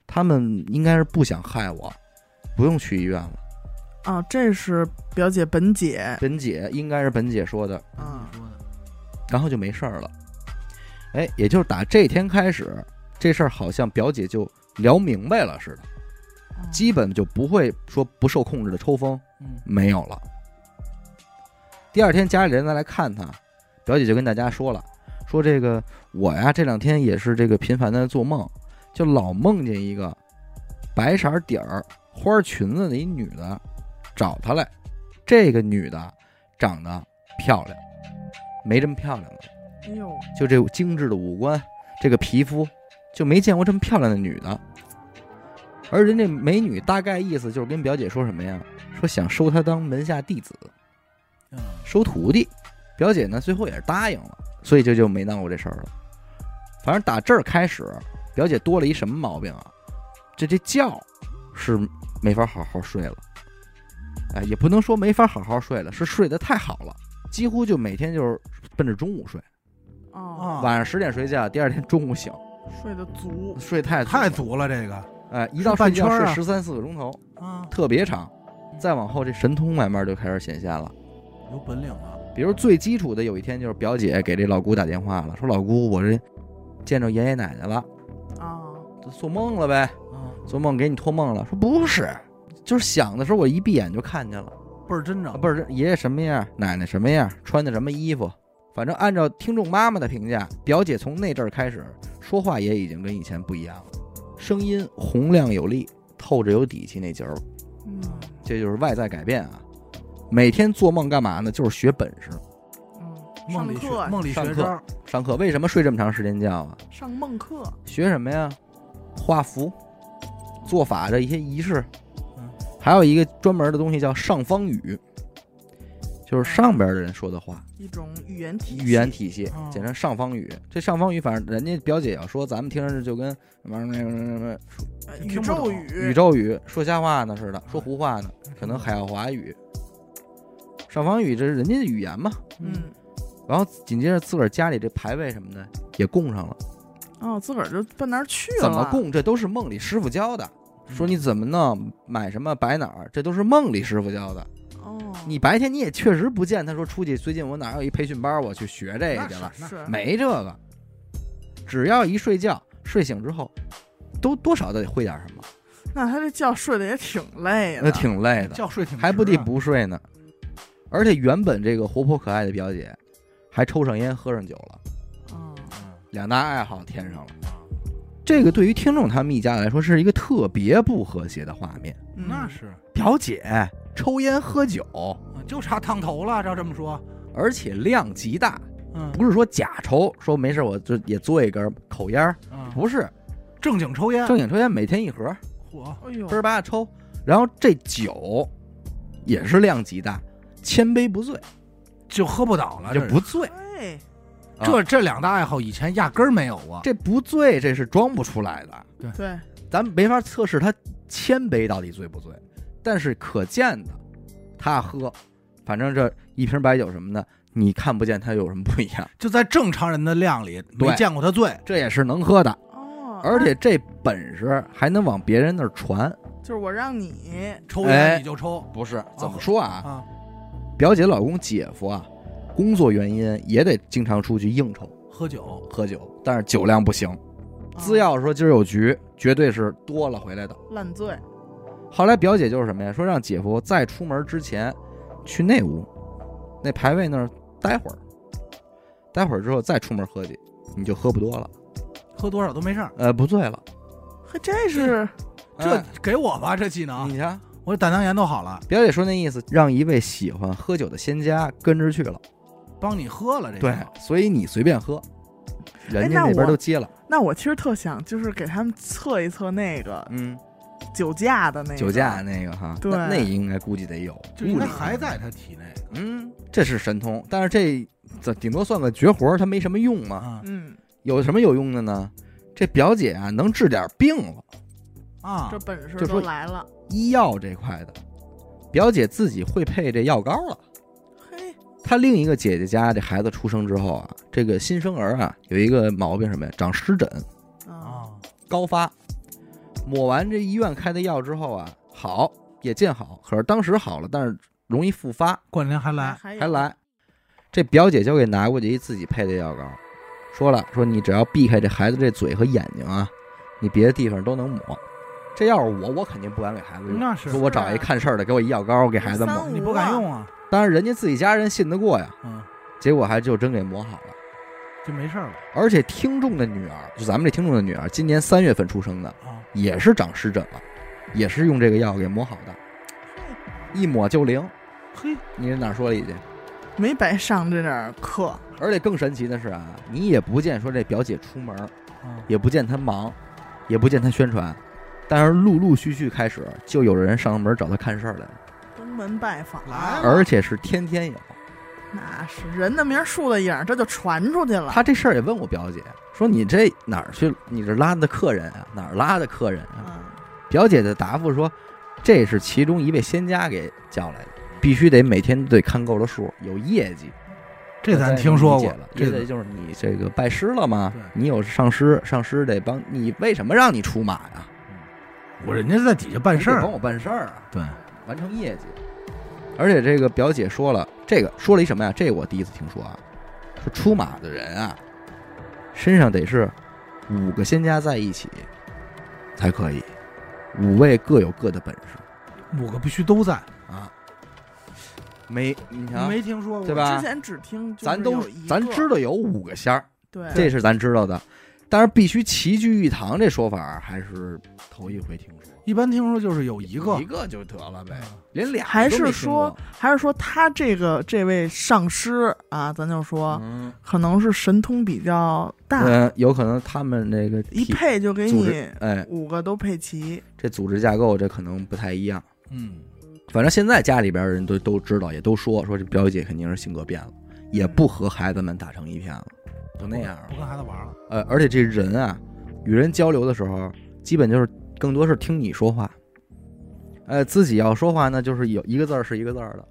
[SPEAKER 1] 他们应该是不想害我，不用去医院了。
[SPEAKER 3] 啊，这是表姐本姐，
[SPEAKER 1] 本姐应该是本姐说的，
[SPEAKER 3] 嗯，
[SPEAKER 2] 说的。
[SPEAKER 1] 然后就没事儿了。哎，也就是打这天开始，这事儿好像表姐就聊明白了似的，
[SPEAKER 3] 嗯
[SPEAKER 1] 基本就不会说不受控制的抽风，
[SPEAKER 2] 嗯
[SPEAKER 1] 没有了。第二天家里人再来看她，表姐就跟大家说了，说这个我呀这两天也是这个频繁的做梦，就老梦见一个白色底儿花裙子的一女的找她来，这个女的长得漂亮，没这么漂亮的。
[SPEAKER 3] 哎呦，
[SPEAKER 1] 就这精致的五官，这个皮肤，就没见过这么漂亮的女的。而人这美女大概意思就是跟表姐说什么呀？说想收她当门下弟子，
[SPEAKER 2] 嗯
[SPEAKER 1] 收徒弟。表姐呢，最后也是答应了，所以就就没闹过这事儿了。反正打这儿开始，表姐多了一什么毛病啊？这这觉是没法好好睡了。哎，也不能说没法好好睡了，是睡得太好了，几乎就每天就是奔着中午睡。
[SPEAKER 2] 啊
[SPEAKER 3] 哦，
[SPEAKER 1] 晚上十点睡觉，第二天中午醒，
[SPEAKER 3] 啊睡得足，
[SPEAKER 1] 睡太
[SPEAKER 2] 哦太
[SPEAKER 1] 足了，
[SPEAKER 2] 足了这个
[SPEAKER 1] 哎，一到
[SPEAKER 2] 是半
[SPEAKER 1] 睡觉
[SPEAKER 2] 圈儿
[SPEAKER 1] 睡
[SPEAKER 2] 啊
[SPEAKER 1] 十三四个钟头，
[SPEAKER 2] 啊，
[SPEAKER 1] 特别长。再往后，这神通慢慢就开始显现了。
[SPEAKER 2] 有本领了。
[SPEAKER 1] 比如最基础的，有一天就是表姐给这老姑打电话了，说老姑，我这见着爷爷奶奶了，
[SPEAKER 3] 啊，
[SPEAKER 1] 就做梦了呗，
[SPEAKER 2] 嗯，
[SPEAKER 1] 做梦给你托梦了。说不是，就是想的时候，我一闭眼就看见了，
[SPEAKER 2] 倍儿真
[SPEAKER 1] 啊
[SPEAKER 2] 着。
[SPEAKER 1] 不是爷爷什么样，奶奶什么样，穿的什么衣服。反正按照听众妈妈的评价，表姐从那阵儿开始说话也已经跟以前不一样了，声音洪亮有力，透着有底气那劲儿了。
[SPEAKER 3] 嗯
[SPEAKER 1] 这就是外在改变啊！每天做梦干嘛呢？就是学本事，
[SPEAKER 3] 嗯，
[SPEAKER 2] 梦
[SPEAKER 3] 上
[SPEAKER 2] 里学
[SPEAKER 3] 课
[SPEAKER 2] 梦里
[SPEAKER 1] 上
[SPEAKER 2] 学
[SPEAKER 1] 课
[SPEAKER 2] 招，
[SPEAKER 1] 上课。为什么睡这么长时间觉啊？
[SPEAKER 3] 上梦课，
[SPEAKER 1] 学什么呀？画符、做法的一些仪式
[SPEAKER 2] 嗯，
[SPEAKER 1] 还有一个专门的东西叫上方语，就是上边儿的人说的话。
[SPEAKER 3] 一种语言体系
[SPEAKER 1] 语言体系嗯
[SPEAKER 2] 哦，
[SPEAKER 1] 简称上方语。这上方语，反正人家表姐要说，咱们听着就跟什么什么什么什么
[SPEAKER 3] 呃
[SPEAKER 2] 听
[SPEAKER 3] 宇
[SPEAKER 2] 不
[SPEAKER 3] 宙
[SPEAKER 2] 懂
[SPEAKER 3] 语，
[SPEAKER 1] 宇宙语说瞎话呢似的，说胡话呢，可能海奥华语。上方语这是人家的语言嘛，
[SPEAKER 3] 嗯，
[SPEAKER 1] 然后紧接着自个儿家里这牌位什么的也供上了，
[SPEAKER 3] 哦，自个儿就奔那儿去了，
[SPEAKER 1] 嗯怎么？供这都是嗯梦里师傅教的，说你怎么弄，买什么摆哪儿，这都是梦里师傅教的。
[SPEAKER 3] 哦，
[SPEAKER 1] 你白天你也确实不见他说出去，最近我哪儿有一培训班，我去学这个去了，
[SPEAKER 3] 是
[SPEAKER 1] 没这个，只要一睡觉，睡醒之后，都多少得会点什么，
[SPEAKER 3] 那他这觉睡得也挺累
[SPEAKER 1] 那
[SPEAKER 3] 的，
[SPEAKER 1] 挺累的，
[SPEAKER 2] 觉睡挺
[SPEAKER 1] 还不得
[SPEAKER 2] 值啊
[SPEAKER 1] 不睡呢。而且原本这个活泼可爱的表姐，还抽上烟喝上酒了，
[SPEAKER 3] 嗯
[SPEAKER 1] 两大爱好添上了。这个对于听众他们一家来说是一个特别不和谐的画面。
[SPEAKER 3] 嗯
[SPEAKER 2] 那是啊
[SPEAKER 1] 表姐抽烟喝酒，
[SPEAKER 2] 就差烫头了，照这么说，
[SPEAKER 1] 而且量极大，
[SPEAKER 2] 嗯，
[SPEAKER 1] 不是说假抽，说没事我就也嘬一根口烟儿，
[SPEAKER 2] 嗯
[SPEAKER 1] 不是
[SPEAKER 2] 正经抽烟，
[SPEAKER 1] 正经抽烟，每天一盒，
[SPEAKER 2] 火，
[SPEAKER 3] 哎呦
[SPEAKER 1] 倍，儿吧抽。然后这酒也是量极大，千杯不醉，啊
[SPEAKER 2] 就喝不倒了，
[SPEAKER 1] 就
[SPEAKER 2] 这
[SPEAKER 1] 不醉。
[SPEAKER 3] 哎，
[SPEAKER 1] 啊
[SPEAKER 2] 这这两大爱好以前压根儿没有啊，
[SPEAKER 1] 这不醉这是装不出来的，
[SPEAKER 3] 对，
[SPEAKER 1] 咱没法测试他千杯到底醉不醉，但是可见的，他喝，反正这一瓶白酒什么的，你看不见他有什么不一样，
[SPEAKER 2] 就在正常人的量里没
[SPEAKER 1] 对
[SPEAKER 2] 见过他醉，
[SPEAKER 1] 这也是能喝的，
[SPEAKER 3] 哦，
[SPEAKER 1] 而且这本事还能往别人那儿传。
[SPEAKER 3] 那就是我让你，
[SPEAKER 2] 抽
[SPEAKER 1] 哎
[SPEAKER 2] 烟你就抽
[SPEAKER 1] 不是怎么说啊？
[SPEAKER 2] 啊，
[SPEAKER 1] 表姐老公姐夫啊，工作原因也得经常出去应酬
[SPEAKER 2] 喝酒，
[SPEAKER 1] 喝酒，但是酒量不行。
[SPEAKER 3] 啊
[SPEAKER 1] 只要说今儿有局，绝对是多了回来的。
[SPEAKER 3] 嗯烂醉，
[SPEAKER 1] 后来表姐就是什么呀？说让姐夫在出门之前去那屋，那牌位那儿待会儿，待会儿之后再出门喝去，你就喝不多了，
[SPEAKER 2] 喝多少都没事儿，
[SPEAKER 1] 呃，不醉了。
[SPEAKER 3] 嘿，这 是
[SPEAKER 2] 这
[SPEAKER 1] 哎
[SPEAKER 2] 给我吧这技能，
[SPEAKER 1] 你瞧，
[SPEAKER 2] 我这胆囊炎都好了，
[SPEAKER 1] 表姐说那意思，让一位喜欢喝酒的仙家跟着去了。
[SPEAKER 2] 帮你喝了这
[SPEAKER 1] 对
[SPEAKER 2] 个，，
[SPEAKER 1] 所以你随便喝，人
[SPEAKER 3] 哎
[SPEAKER 1] 家
[SPEAKER 3] 那
[SPEAKER 1] 那边
[SPEAKER 3] 我
[SPEAKER 1] 都接了。
[SPEAKER 3] 那我其实特想就是给他们测一测那个
[SPEAKER 1] 嗯，
[SPEAKER 3] 酒驾的那个
[SPEAKER 1] 酒驾，那个哈，
[SPEAKER 3] 对
[SPEAKER 1] 那那应该估计得有，
[SPEAKER 2] 就应该
[SPEAKER 1] 物理上
[SPEAKER 2] 还在他体内
[SPEAKER 1] 嗯，这是神通，但是这这顶多算个绝活儿，它没什么用嘛。
[SPEAKER 2] 啊
[SPEAKER 3] 嗯，
[SPEAKER 1] 有什么有用的呢？这表姐啊，能治点病了，
[SPEAKER 2] 啊
[SPEAKER 3] 这，本事
[SPEAKER 1] 就
[SPEAKER 3] 都
[SPEAKER 1] 说
[SPEAKER 3] 来了，
[SPEAKER 1] 医药这块的，表姐自己会配这药膏了。
[SPEAKER 3] 嘿，
[SPEAKER 1] 她另一个姐姐家这孩子出生之后啊，这个新生儿啊有一个毛病什么呀？长湿疹，哦
[SPEAKER 3] 啊，
[SPEAKER 2] 啊，
[SPEAKER 1] 高发。抹完这医院开的药之后啊，好也见好，可是当时好了，但是容易复发，
[SPEAKER 2] 过两天还来，
[SPEAKER 3] 还
[SPEAKER 1] 还
[SPEAKER 3] 有
[SPEAKER 1] 来。这表姐就给拿过去一自己配的药膏，说了说你只要避开这孩子这嘴和眼睛啊，你别的地方都能抹。这要是我，我肯定不敢给孩子用。
[SPEAKER 2] 那是啊
[SPEAKER 1] 说我找一看事儿的，给我一药膏，我给孩子抹
[SPEAKER 3] 三。
[SPEAKER 2] 你不敢用啊，
[SPEAKER 1] 当然，人家自己家人信得过呀，
[SPEAKER 2] 嗯，
[SPEAKER 1] 结果还就真给抹好了。
[SPEAKER 2] 就没事儿了
[SPEAKER 1] 而且听众的女儿，就咱们这听众的女儿，今年三月份出生的，
[SPEAKER 2] 啊，
[SPEAKER 1] 也是长湿疹了，也是用这个药给抹好的，一抹就灵。
[SPEAKER 2] 嘿，
[SPEAKER 1] 你这哪说理去？
[SPEAKER 3] 没白上这点儿课，
[SPEAKER 1] 而且更神奇的是啊，你也不见说这表姐出门，
[SPEAKER 2] 啊
[SPEAKER 1] 也不见她忙，也不见她宣传，但是陆陆续续开始就有人上门找她看事儿来了，
[SPEAKER 3] 登门拜访啊
[SPEAKER 2] 来了
[SPEAKER 1] 而且是天天有。
[SPEAKER 3] 那是人的名儿树的影儿，这就传出去了。
[SPEAKER 1] 她这事儿也问我表姐，说你这哪儿去？你这拉的客人啊，哪儿拉的客人啊？
[SPEAKER 3] 嗯，
[SPEAKER 1] 表姐的答复说，这是其中一位仙家给叫来的，必须得每天得看够了数，有业绩。
[SPEAKER 2] 这
[SPEAKER 1] 再
[SPEAKER 2] 咱听说
[SPEAKER 1] 理解
[SPEAKER 2] 过
[SPEAKER 1] 了，
[SPEAKER 2] 这
[SPEAKER 1] 业
[SPEAKER 2] 个
[SPEAKER 1] 绩就是你这个拜师了吗
[SPEAKER 2] 对？
[SPEAKER 1] 你有上师，上师得帮你，为什么让你出马呀？
[SPEAKER 2] 我人家在底下办事
[SPEAKER 1] 你得帮
[SPEAKER 2] 儿，
[SPEAKER 1] 我办事儿啊，
[SPEAKER 2] 对，
[SPEAKER 1] 完成业绩。而且这个表姐说了，这个说了一什么呀？这我第一次听说啊，说出马的人啊，身上得是五个仙家在一起才可以，五位各有各的本事
[SPEAKER 2] 五个必须都在，
[SPEAKER 1] 啊。没，你瞧，
[SPEAKER 2] 没听说过，
[SPEAKER 1] 对
[SPEAKER 3] 之
[SPEAKER 1] 吧？
[SPEAKER 3] 前只听就是
[SPEAKER 1] 咱都
[SPEAKER 3] 有一个
[SPEAKER 1] 咱知道有五个仙儿，
[SPEAKER 3] 对
[SPEAKER 1] 这是咱知道的，但是必须齐聚一堂这说法还是头一回听说。
[SPEAKER 2] 一般听说就是有一个嗯
[SPEAKER 1] 一，个就得了呗，连俩
[SPEAKER 3] 还
[SPEAKER 1] 都没
[SPEAKER 3] 是
[SPEAKER 1] 听过
[SPEAKER 3] 说，还是说他这个这位上师啊，咱就说、
[SPEAKER 1] 嗯，
[SPEAKER 3] 可能是神通比较大，
[SPEAKER 1] 呃，有可能他们那个
[SPEAKER 3] 一
[SPEAKER 1] 体
[SPEAKER 3] 配就给
[SPEAKER 1] 组
[SPEAKER 3] 你
[SPEAKER 1] 织，哎，
[SPEAKER 3] 五个都配齐。
[SPEAKER 1] 这组织架构这可能不太一样。
[SPEAKER 2] 嗯，
[SPEAKER 1] 反正现在家里边人都都知道，也都说说这表姐肯定是性格变了，也不和孩子们打成一片了，就那样了
[SPEAKER 2] 不。跟孩子玩了，
[SPEAKER 1] 呃，而且这人啊，与人交流的时候，基本就是更多是听你说话。呃，自己要说话呢，就是有一个字儿是一个字儿的，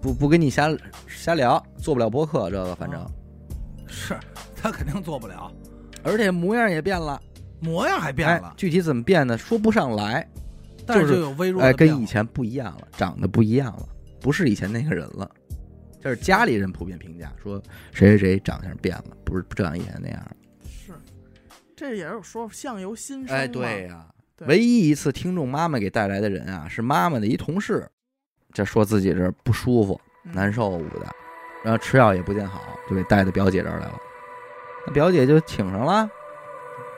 [SPEAKER 1] 不不跟你瞎瞎聊，做不了播客这个，反正
[SPEAKER 3] 哦
[SPEAKER 2] 啊，是他肯定做不了，
[SPEAKER 1] 而且模样也变了，
[SPEAKER 2] 模样还变
[SPEAKER 1] 哎
[SPEAKER 2] 了，
[SPEAKER 1] 具体怎么变的说不上来，
[SPEAKER 2] 但
[SPEAKER 1] 就是
[SPEAKER 2] 就有微弱的
[SPEAKER 1] 哎，
[SPEAKER 2] 变
[SPEAKER 1] 跟
[SPEAKER 2] 化
[SPEAKER 1] 以前不一样了，长得不一样了，不是以前那个人了。这是家里人普遍评价，说谁谁谁长相变了，不是不像以前那样了。
[SPEAKER 3] 是，这也有说相由心生嘛。
[SPEAKER 1] 哎，对呀、
[SPEAKER 3] 对
[SPEAKER 1] 唯一一次听众妈妈给带来的人啊，是妈妈的一同事，这说自己这不舒服、
[SPEAKER 3] 嗯，
[SPEAKER 1] 难受捂的，然后吃药也不见好，就给带到表姐这儿来了。那表姐就请上了，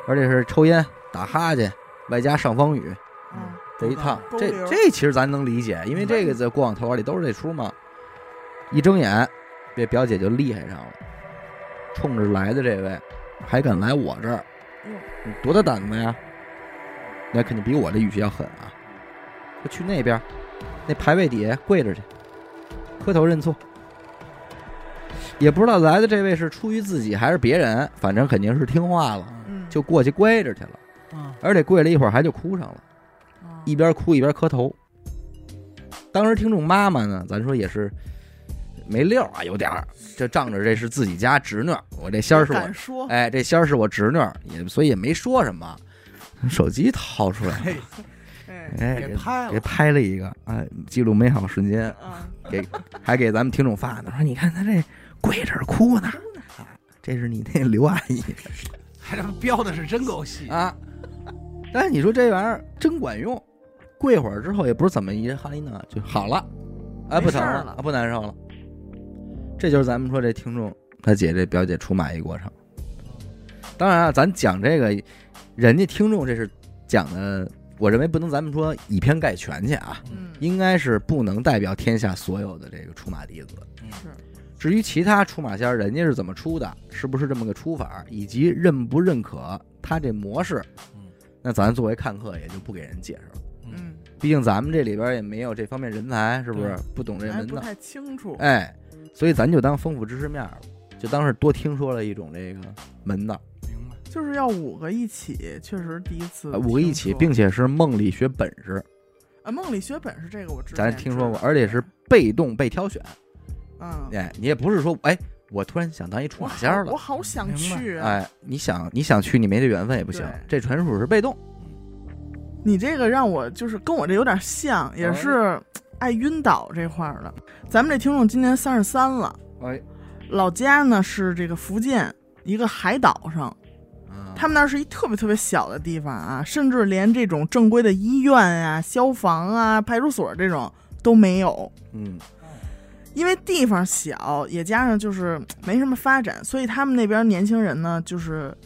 [SPEAKER 1] 而且是抽烟、打哈欠，外加上方语
[SPEAKER 3] 嗯，
[SPEAKER 1] 这一趟，
[SPEAKER 3] 勾
[SPEAKER 1] 这
[SPEAKER 3] 溜儿
[SPEAKER 1] 这其实咱能理解，因为这个在过往投稿里都是这出嘛。一睁眼，这表姐就厉害上了，冲着来的这位，还敢来我这儿
[SPEAKER 3] 哟，
[SPEAKER 1] 你多大胆子呀？那肯定比我这语气要狠啊！就去那边，那牌位底下跪着去，磕头认错。也不知道来的这位是出于自己还是别人，反正肯定是听话了，
[SPEAKER 3] 嗯，
[SPEAKER 1] 就过去跪着去了，
[SPEAKER 2] 啊，
[SPEAKER 1] 而且跪了一会儿还就哭上了。
[SPEAKER 3] 啊
[SPEAKER 1] 一边哭一边磕头。当时听众妈妈呢，咱说也是没溜儿啊，有点儿，这仗着这是自己家侄女儿，我这仙儿是我
[SPEAKER 3] 敢，说，
[SPEAKER 1] 哎，这仙儿是我侄女儿，也所以也没说什么，手机掏出来，
[SPEAKER 2] 嘿，
[SPEAKER 3] 哎，
[SPEAKER 1] 哎，
[SPEAKER 2] 给拍
[SPEAKER 1] 给
[SPEAKER 2] 了，
[SPEAKER 1] 拍了一个，哎，记录美好瞬间，
[SPEAKER 3] 啊，
[SPEAKER 1] 还给咱们听众发呢，说你看他这跪这儿哭呢，啊这是你那刘阿姨
[SPEAKER 2] 还他妈标的是真够 细，
[SPEAKER 1] 啊。但是你说这玩意儿真管用，跪会儿之后也不是怎么一哈利呢就好了，哎，
[SPEAKER 3] 没
[SPEAKER 1] 不疼
[SPEAKER 3] 事儿了
[SPEAKER 1] 啊，不难受了。这就是咱们说这听众他姐这表姐出马一过程。当然啊，咱讲这个，人家听众这是讲的，我认为不能咱们说以偏概全去啊，
[SPEAKER 3] 嗯，
[SPEAKER 1] 应该是不能代表天下所有的这个出马弟子。
[SPEAKER 3] 是，
[SPEAKER 1] 至于其他出马仙儿，人家是怎么出的，是不是这么个出法，以及认不认可他这模式
[SPEAKER 2] 嗯，
[SPEAKER 1] 那咱作为看客也就不给人解释了。
[SPEAKER 3] 嗯，
[SPEAKER 1] 毕竟咱们这里边也没有这方面人才，是不是
[SPEAKER 2] 对
[SPEAKER 1] 不懂这
[SPEAKER 3] 还
[SPEAKER 1] 门
[SPEAKER 3] 不
[SPEAKER 1] 道？
[SPEAKER 3] 太清楚，
[SPEAKER 1] 哎，所以咱就当丰富知识面儿了，就当是多听说了一种这个门道。
[SPEAKER 2] 嗯明白，
[SPEAKER 3] 就是要五个一起，确实第一次
[SPEAKER 1] 呃五个一起，
[SPEAKER 3] 听说
[SPEAKER 1] 并且是梦里学本事，
[SPEAKER 3] 啊，梦里学本事这个我知道，
[SPEAKER 1] 咱听说过，而且是被动被挑选。
[SPEAKER 3] 嗯，
[SPEAKER 1] 哎，你也不是说，哎，我突然想当一出
[SPEAKER 3] 我
[SPEAKER 1] 马
[SPEAKER 3] 好
[SPEAKER 1] 仙儿
[SPEAKER 3] 我
[SPEAKER 1] 了，
[SPEAKER 3] 好想去啊！
[SPEAKER 1] 哎，你想你想去，你没这缘分也不行
[SPEAKER 3] 对，
[SPEAKER 1] 这纯属是被动。
[SPEAKER 3] 你这个让我就是跟我这有点像，
[SPEAKER 1] 哦
[SPEAKER 3] 也是爱晕倒这块儿的。咱们这听众今年三十三了，
[SPEAKER 1] 哎，
[SPEAKER 3] 老家呢是这个福建一个海岛上，
[SPEAKER 1] 啊
[SPEAKER 3] 他们那儿是一特别特别小的地方啊，甚至连这种正规的医院啊、消防啊、派出所这种都没有。
[SPEAKER 1] 嗯
[SPEAKER 3] 因为地方小，也加上就是没什么发展，所以他们那边年轻人呢，就是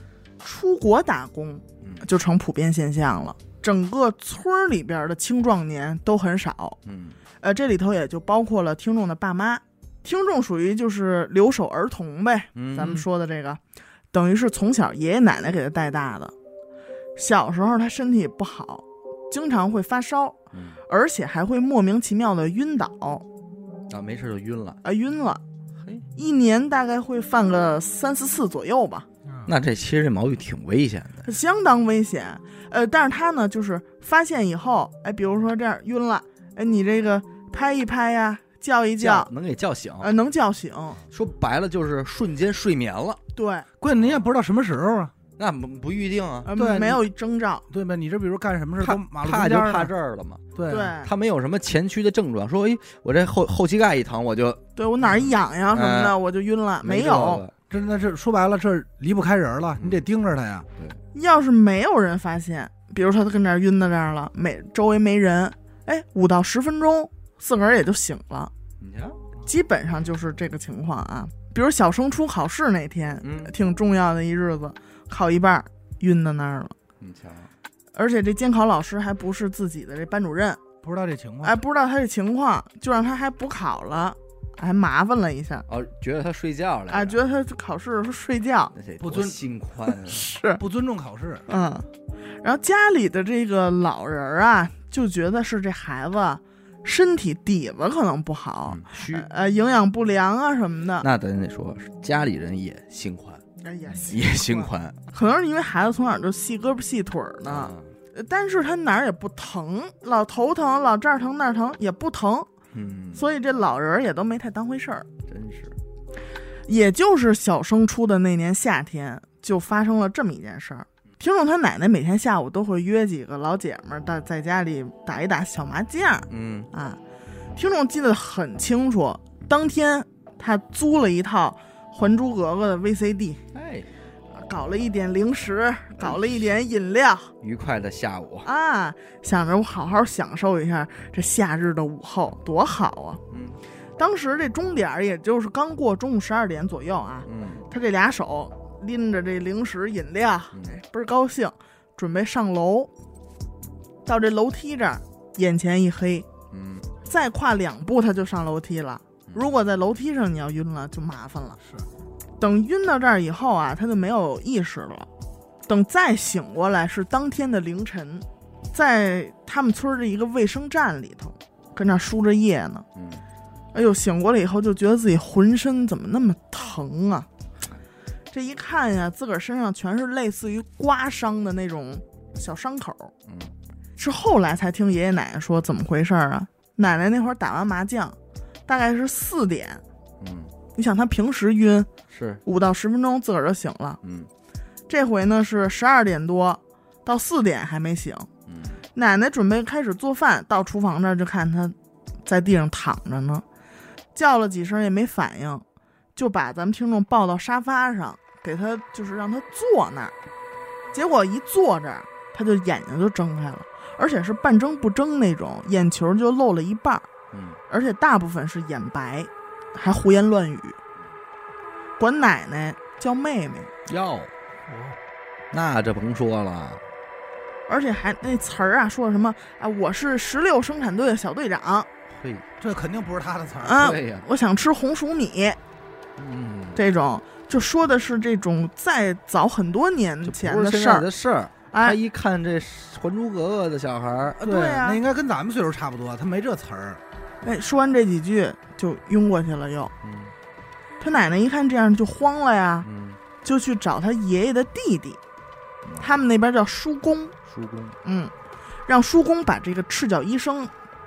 [SPEAKER 3] 出国打工
[SPEAKER 1] 嗯
[SPEAKER 3] 就成普遍现象了。整个村儿里边的青壮年都很少，
[SPEAKER 1] 嗯
[SPEAKER 3] 呃，这里头也就包括了听众的爸妈。听众属于就是留守儿童呗，
[SPEAKER 1] 嗯
[SPEAKER 3] 咱们说的这个，等于是从小爷爷奶奶给他带大的。小时候他身体不好，经常会发烧，
[SPEAKER 1] 嗯
[SPEAKER 3] 而且还会莫名其妙的晕倒
[SPEAKER 1] 啊，没事就晕了。
[SPEAKER 3] 啊，晕了。
[SPEAKER 1] 嘿，
[SPEAKER 3] 一年大概会犯个三四次左右吧，
[SPEAKER 1] 那这其实这毛病挺危险的。
[SPEAKER 3] 相当危险。呃，但是他呢，就是发现以后，哎，比如说这样晕了，哎，你这个拍一拍呀，叫一叫，
[SPEAKER 1] 能给叫哦醒，
[SPEAKER 3] 呃，能叫醒。
[SPEAKER 1] 说白了就是瞬间睡眠了，
[SPEAKER 3] 对，
[SPEAKER 2] 关键你也不知道什么时候啊，
[SPEAKER 1] 那不不预定啊，
[SPEAKER 3] 呃
[SPEAKER 2] 对，
[SPEAKER 3] 没有征兆。
[SPEAKER 2] 对吧？你这比如干什么事儿
[SPEAKER 1] 怕
[SPEAKER 2] 都马路
[SPEAKER 1] 怕
[SPEAKER 2] 中
[SPEAKER 1] 就
[SPEAKER 2] 间儿
[SPEAKER 1] 怕
[SPEAKER 2] 呢
[SPEAKER 1] 这儿了嘛。
[SPEAKER 2] 对
[SPEAKER 3] 对，
[SPEAKER 2] 啊
[SPEAKER 1] 他没有什么前驱的症状，说哎，我这后后膝盖一疼，我就
[SPEAKER 3] 对我哪儿一痒痒什么的，我就晕了。啊没
[SPEAKER 1] 这个
[SPEAKER 3] 有，
[SPEAKER 1] 哎了。
[SPEAKER 2] 真的是说白了，这儿离不开人了，
[SPEAKER 1] 嗯
[SPEAKER 2] 你得盯着他呀。
[SPEAKER 3] 要是没有人发现，比如说他跟这儿晕在这儿了，没周围没人，哎，五到十分钟，自个儿也就醒了。
[SPEAKER 1] 你瞧，
[SPEAKER 3] 基本上就是这个情况啊。比如小升初考试那天，
[SPEAKER 1] 嗯
[SPEAKER 3] 挺重要的一日子，考一半儿晕到那儿了。
[SPEAKER 1] 你瞧，
[SPEAKER 3] 而且这监考老师还不是自己的这班主任，
[SPEAKER 2] 不知道这情况，
[SPEAKER 3] 哎，不知道他这情况，就让他还补考了，还麻烦了一下，
[SPEAKER 1] 哦，觉得他睡觉了
[SPEAKER 3] 哎，觉得他考试的时候睡觉
[SPEAKER 1] 那得
[SPEAKER 2] 不
[SPEAKER 1] 多
[SPEAKER 2] 尊
[SPEAKER 1] 心宽啊
[SPEAKER 3] 是，
[SPEAKER 2] 不尊重考试，
[SPEAKER 3] 嗯，然后家里的这个老人儿啊，就觉得是这孩子身体底子可能不好，
[SPEAKER 1] 嗯虚。
[SPEAKER 3] 呃，营养不良啊什么的，
[SPEAKER 1] 那咱得说，家里人也心宽，
[SPEAKER 3] 哎也行
[SPEAKER 1] 也心宽
[SPEAKER 3] 可能是因为孩子从小就细胳膊细腿儿呢，
[SPEAKER 1] 啊，
[SPEAKER 3] 呃但是他哪儿也不疼，老头疼，老这儿疼那儿疼也不疼，
[SPEAKER 1] 嗯，
[SPEAKER 3] 所以这老人儿也都没太当回事儿。
[SPEAKER 1] 真是，
[SPEAKER 3] 也就是小升初的那年夏天，就发生了这么一件事儿。听众他奶奶每天下午都会约几个老姐们儿到在家里打一打小麻将
[SPEAKER 1] 嗯
[SPEAKER 3] 啊。听众记得很清楚，当天他租了一套《还珠格格》的 VCD，
[SPEAKER 1] 哎，
[SPEAKER 3] 搞了一点零食，搞了一点饮料，
[SPEAKER 1] 愉快的下午，
[SPEAKER 3] 啊，想着我好好享受一下这夏日的午后，多好啊！
[SPEAKER 1] 嗯
[SPEAKER 3] 当时这钟点儿也就是刚过中午十二点左右啊，
[SPEAKER 1] 嗯
[SPEAKER 3] 他这俩手拎着这零食饮料，
[SPEAKER 1] 嗯
[SPEAKER 3] 哎倍儿高兴，准备上楼。到这楼梯这儿，眼前一黑，
[SPEAKER 1] 嗯，
[SPEAKER 3] 再跨两步他就上楼梯了。
[SPEAKER 1] 嗯
[SPEAKER 3] 如果在楼梯上你要晕了，就麻烦了。
[SPEAKER 2] 是，
[SPEAKER 3] 等晕到这儿以后啊，他就没有意识了。等再醒过来是当天的凌晨，在他们村儿的一个卫生站里头，跟那儿输着液呢。
[SPEAKER 1] 嗯，
[SPEAKER 3] 哎呦，醒过来以后就觉得自己浑身怎么那么疼啊！这一看呀，自个儿身上全是类似于刮伤的那种小伤口。
[SPEAKER 1] 嗯，
[SPEAKER 3] 是后来才听爷爷奶奶说怎么回事儿啊？奶奶那会儿打完麻将，大概是四点。
[SPEAKER 1] 嗯，
[SPEAKER 3] 你想，她平时晕
[SPEAKER 1] 是，
[SPEAKER 3] 五到十分钟，自个儿就醒了。
[SPEAKER 1] 嗯，
[SPEAKER 3] 这回呢是十二点多到四点还没醒。
[SPEAKER 1] 嗯，
[SPEAKER 3] 奶奶准备开始做饭，到厨房那儿就看她在地上躺着呢，叫了几声也没反应，就把咱们听众抱到沙发上，给她就是让她坐那儿。结果一坐这儿，她就眼睛就睁开了，而且是半睁不睁那种，眼球就露了一半儿，
[SPEAKER 1] 嗯，
[SPEAKER 3] 而且大部分是眼白，还胡言乱语，管奶奶叫妹妹。
[SPEAKER 1] 要，那这甭说了，
[SPEAKER 3] 而且还那词儿啊，说什么啊，我是十六生产队的小队长
[SPEAKER 1] 嘿，
[SPEAKER 2] 这肯定不是他的词儿。
[SPEAKER 3] 啊，
[SPEAKER 1] 对呀，
[SPEAKER 3] 我想吃红薯米
[SPEAKER 1] 嗯，
[SPEAKER 3] 这种，就说的是这种再早很多年
[SPEAKER 1] 这不
[SPEAKER 3] 前
[SPEAKER 1] 是
[SPEAKER 3] 的
[SPEAKER 1] 现
[SPEAKER 3] 事
[SPEAKER 1] 在
[SPEAKER 3] 儿。
[SPEAKER 1] 的事儿，他
[SPEAKER 3] 哎，
[SPEAKER 1] 一看这《还珠格格》的小孩儿，
[SPEAKER 3] 对呀
[SPEAKER 2] 那应该跟咱们岁数差不多，他没这词儿。
[SPEAKER 3] 哎，说完这几句就晕过去了又。
[SPEAKER 1] 嗯
[SPEAKER 3] 他奶奶一看这样就慌了呀，
[SPEAKER 1] 嗯，
[SPEAKER 3] 就去找他爷爷的弟弟，
[SPEAKER 1] 嗯
[SPEAKER 3] 他们那边叫叔公，
[SPEAKER 1] 叔公，
[SPEAKER 3] 嗯，让叔公把这个赤脚医生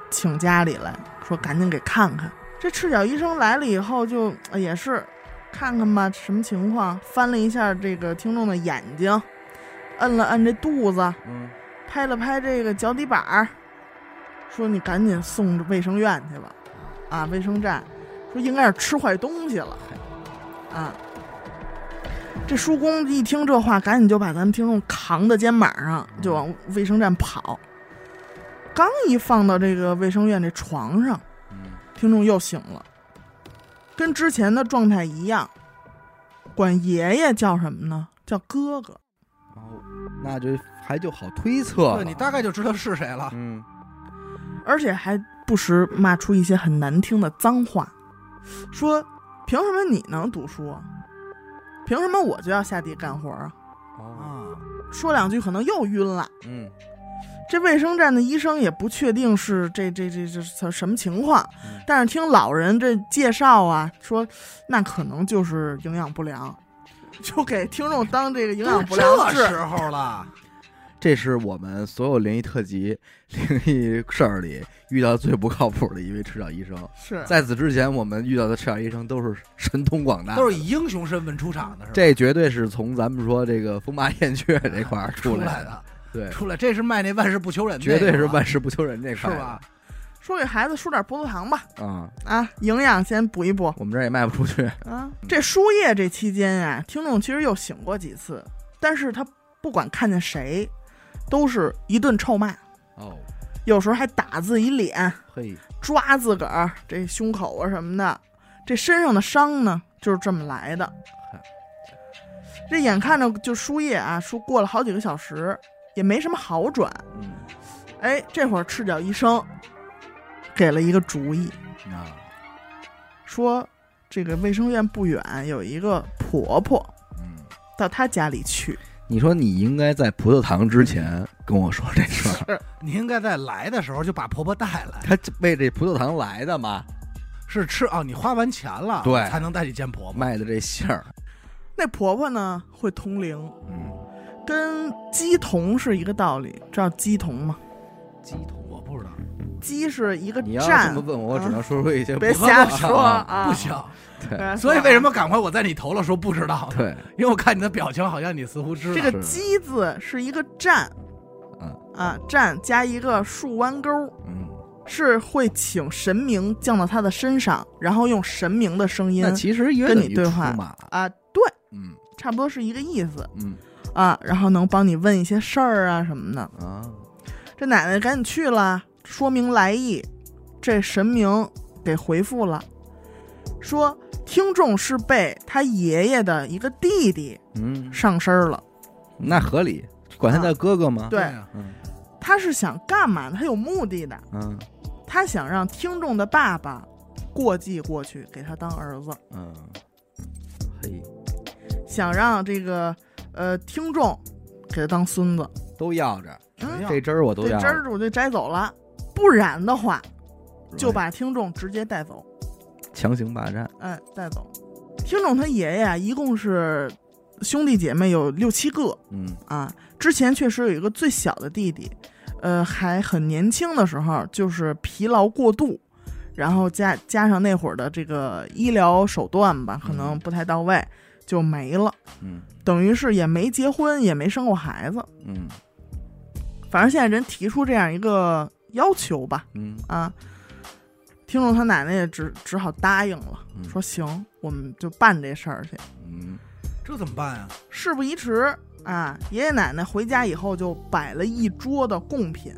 [SPEAKER 3] 请家里来，说赶紧给看看。这赤脚医生来了以后就，呃也是看看吧，什么情况？翻了一下这个听众的眼睛，摁了摁这肚子，
[SPEAKER 1] 嗯
[SPEAKER 3] 拍了拍这个脚底板儿，说：“你赶紧送卫生院去吧，啊，卫生站，说应该是吃坏东西了，啊。”这叔公一听这话，赶紧就把咱们听众扛到肩膀上，就往卫生站跑。刚一放到这个卫生院这床上，
[SPEAKER 1] 嗯，
[SPEAKER 3] 听众又醒了，跟之前的状态一样，管爷爷叫什么呢？叫哥哥。
[SPEAKER 1] 然后那就还就好推测了，
[SPEAKER 2] 对你大概就知道是谁了。
[SPEAKER 1] 嗯，
[SPEAKER 3] 而且还不时骂出一些很难听的脏话，说：“凭什么你能读书啊？凭什么我就要下地干活啊
[SPEAKER 1] 哦，
[SPEAKER 2] 啊，？”
[SPEAKER 3] 说两句可能又晕了。
[SPEAKER 1] 嗯
[SPEAKER 3] 这卫生站的医生也不确定是这这这这什什么情况
[SPEAKER 1] 嗯，
[SPEAKER 3] 但是听老人这介绍啊，说那可能就是营养不良，就给听众当这个营养不
[SPEAKER 2] 都
[SPEAKER 3] 良
[SPEAKER 2] 这
[SPEAKER 3] 治。
[SPEAKER 2] 时候了，
[SPEAKER 1] 这是我们所有灵异特辑、 灵异事儿里遇到最不靠谱的一位赤脚医生。
[SPEAKER 3] 是
[SPEAKER 1] 在此之前，我们遇到的赤脚医生都是神通广大，
[SPEAKER 2] 都是以英雄身份出场的，是吧？
[SPEAKER 1] 这绝对是从咱们说这个风马燕雀这块儿
[SPEAKER 2] 出
[SPEAKER 1] 来
[SPEAKER 2] 来，的，
[SPEAKER 1] 对，
[SPEAKER 2] 出来，这是卖那万事不求人的那
[SPEAKER 1] 绝
[SPEAKER 2] 个啊，
[SPEAKER 1] 对是万事不求人这
[SPEAKER 2] 是
[SPEAKER 1] 块儿
[SPEAKER 2] 吧？
[SPEAKER 3] 说给孩子输点葡萄糖吧，
[SPEAKER 1] 的啊、
[SPEAKER 3] 啊，营养先补一补。
[SPEAKER 1] 我们这儿也卖不出去，
[SPEAKER 3] 啊，这输液这期间啊，听众其实又醒过几次，但是他不管看见谁，都是一顿臭骂，
[SPEAKER 1] 哦，
[SPEAKER 3] 有时候还打自己脸，
[SPEAKER 1] 嘿，
[SPEAKER 3] 抓自个儿这胸口啊什么的，这身上的伤呢就是这么来的
[SPEAKER 1] 嗨。
[SPEAKER 3] 这眼看着就输液啊，输过了好几个小时也没什么好转，
[SPEAKER 1] 嗯，
[SPEAKER 3] 哎，这会儿赤脚医生给了一个主意，
[SPEAKER 1] 啊，
[SPEAKER 3] 说这个卫生院不远有一个婆婆，
[SPEAKER 1] 嗯，
[SPEAKER 3] 到她家里去。
[SPEAKER 1] 你说你应该在葡萄糖之前跟我说这事儿，
[SPEAKER 2] 你应该在来的时候就把婆婆带来，
[SPEAKER 1] 他为这葡萄糖来的嘛，
[SPEAKER 2] 是吃啊，你花完钱了，
[SPEAKER 1] 对
[SPEAKER 2] 才能带你见婆婆。
[SPEAKER 1] 卖的这馅儿，
[SPEAKER 3] 那婆婆呢会通灵，
[SPEAKER 1] 嗯，
[SPEAKER 3] 跟鸡童是一个道理，知道鸡童吗？
[SPEAKER 2] 鸡头我不知道，
[SPEAKER 3] 鸡是一个
[SPEAKER 1] 你要这
[SPEAKER 3] 站
[SPEAKER 1] 么，问我，我只
[SPEAKER 3] 啊
[SPEAKER 1] 能说出一些
[SPEAKER 3] 别
[SPEAKER 1] 不合
[SPEAKER 3] 瞎
[SPEAKER 1] 适的
[SPEAKER 3] 说
[SPEAKER 1] 话，
[SPEAKER 3] 啊！
[SPEAKER 2] 不行。
[SPEAKER 1] 对
[SPEAKER 3] 别说啊，
[SPEAKER 2] 所以为什么赶快我在你头了说不知道呢？
[SPEAKER 1] 对，
[SPEAKER 2] 因为我看你的表情，好像你似乎知道
[SPEAKER 3] 这个“鸡”字是一个站
[SPEAKER 1] 嗯
[SPEAKER 3] 啊？站加一个竖弯钩，
[SPEAKER 1] 嗯，
[SPEAKER 3] 是会请神明降到他的身上，然后用神明的声音
[SPEAKER 1] 那其实也
[SPEAKER 3] 跟
[SPEAKER 1] 等
[SPEAKER 3] 你
[SPEAKER 1] 于
[SPEAKER 3] 对
[SPEAKER 1] 出
[SPEAKER 3] 话
[SPEAKER 1] 马，
[SPEAKER 3] 啊，对，
[SPEAKER 1] 嗯
[SPEAKER 3] 差不多是一个意思
[SPEAKER 1] 嗯
[SPEAKER 3] 啊，然后能帮你问一些事儿啊什么的。
[SPEAKER 1] 啊，
[SPEAKER 3] 这奶奶赶紧去了，说明来意。这神明给回复了，说听众是被他爷爷的一个弟弟
[SPEAKER 1] 嗯，
[SPEAKER 3] 上身了，
[SPEAKER 1] 那合理，管他叫哥哥吗？
[SPEAKER 3] 嗯啊对
[SPEAKER 2] 呀
[SPEAKER 1] 嗯
[SPEAKER 3] 他是想干嘛呢？他有目的的，
[SPEAKER 1] 嗯
[SPEAKER 3] 他想让听众的爸爸过继过去，给他当儿子，
[SPEAKER 1] 嗯，嘿，
[SPEAKER 3] 想让这个呃听众给他当孙子。
[SPEAKER 1] 都要着，
[SPEAKER 3] 嗯，
[SPEAKER 1] 这汁儿我哎都
[SPEAKER 3] 这
[SPEAKER 1] 要
[SPEAKER 3] 汁
[SPEAKER 1] 着，
[SPEAKER 3] 儿我就摘走了，不然的话就
[SPEAKER 1] 吧，
[SPEAKER 3] 把听众直接带走，
[SPEAKER 1] 强行霸占，
[SPEAKER 3] 哎，带走。听众他爷爷啊，一共是兄弟姐妹有六七个
[SPEAKER 1] 嗯
[SPEAKER 3] 啊，之前确实有一个最小的弟弟，呃，还很年轻的时候就是疲劳过度。然后加加上那会儿的这个医疗手段吧，可能
[SPEAKER 1] 嗯
[SPEAKER 3] 不太到位，就没了。
[SPEAKER 1] 嗯
[SPEAKER 3] 等于是也没结婚，也没生过孩子。
[SPEAKER 1] 嗯
[SPEAKER 3] 反正现在人提出这样一个要求吧，
[SPEAKER 1] 嗯
[SPEAKER 3] 啊，听众他奶奶也只只好答应了，
[SPEAKER 1] 嗯
[SPEAKER 3] 说行，我们就办这事儿去。
[SPEAKER 1] 嗯，
[SPEAKER 2] 这怎么办啊呀？
[SPEAKER 3] 事不宜迟啊，爷爷奶奶回家以后就摆了一桌的贡品，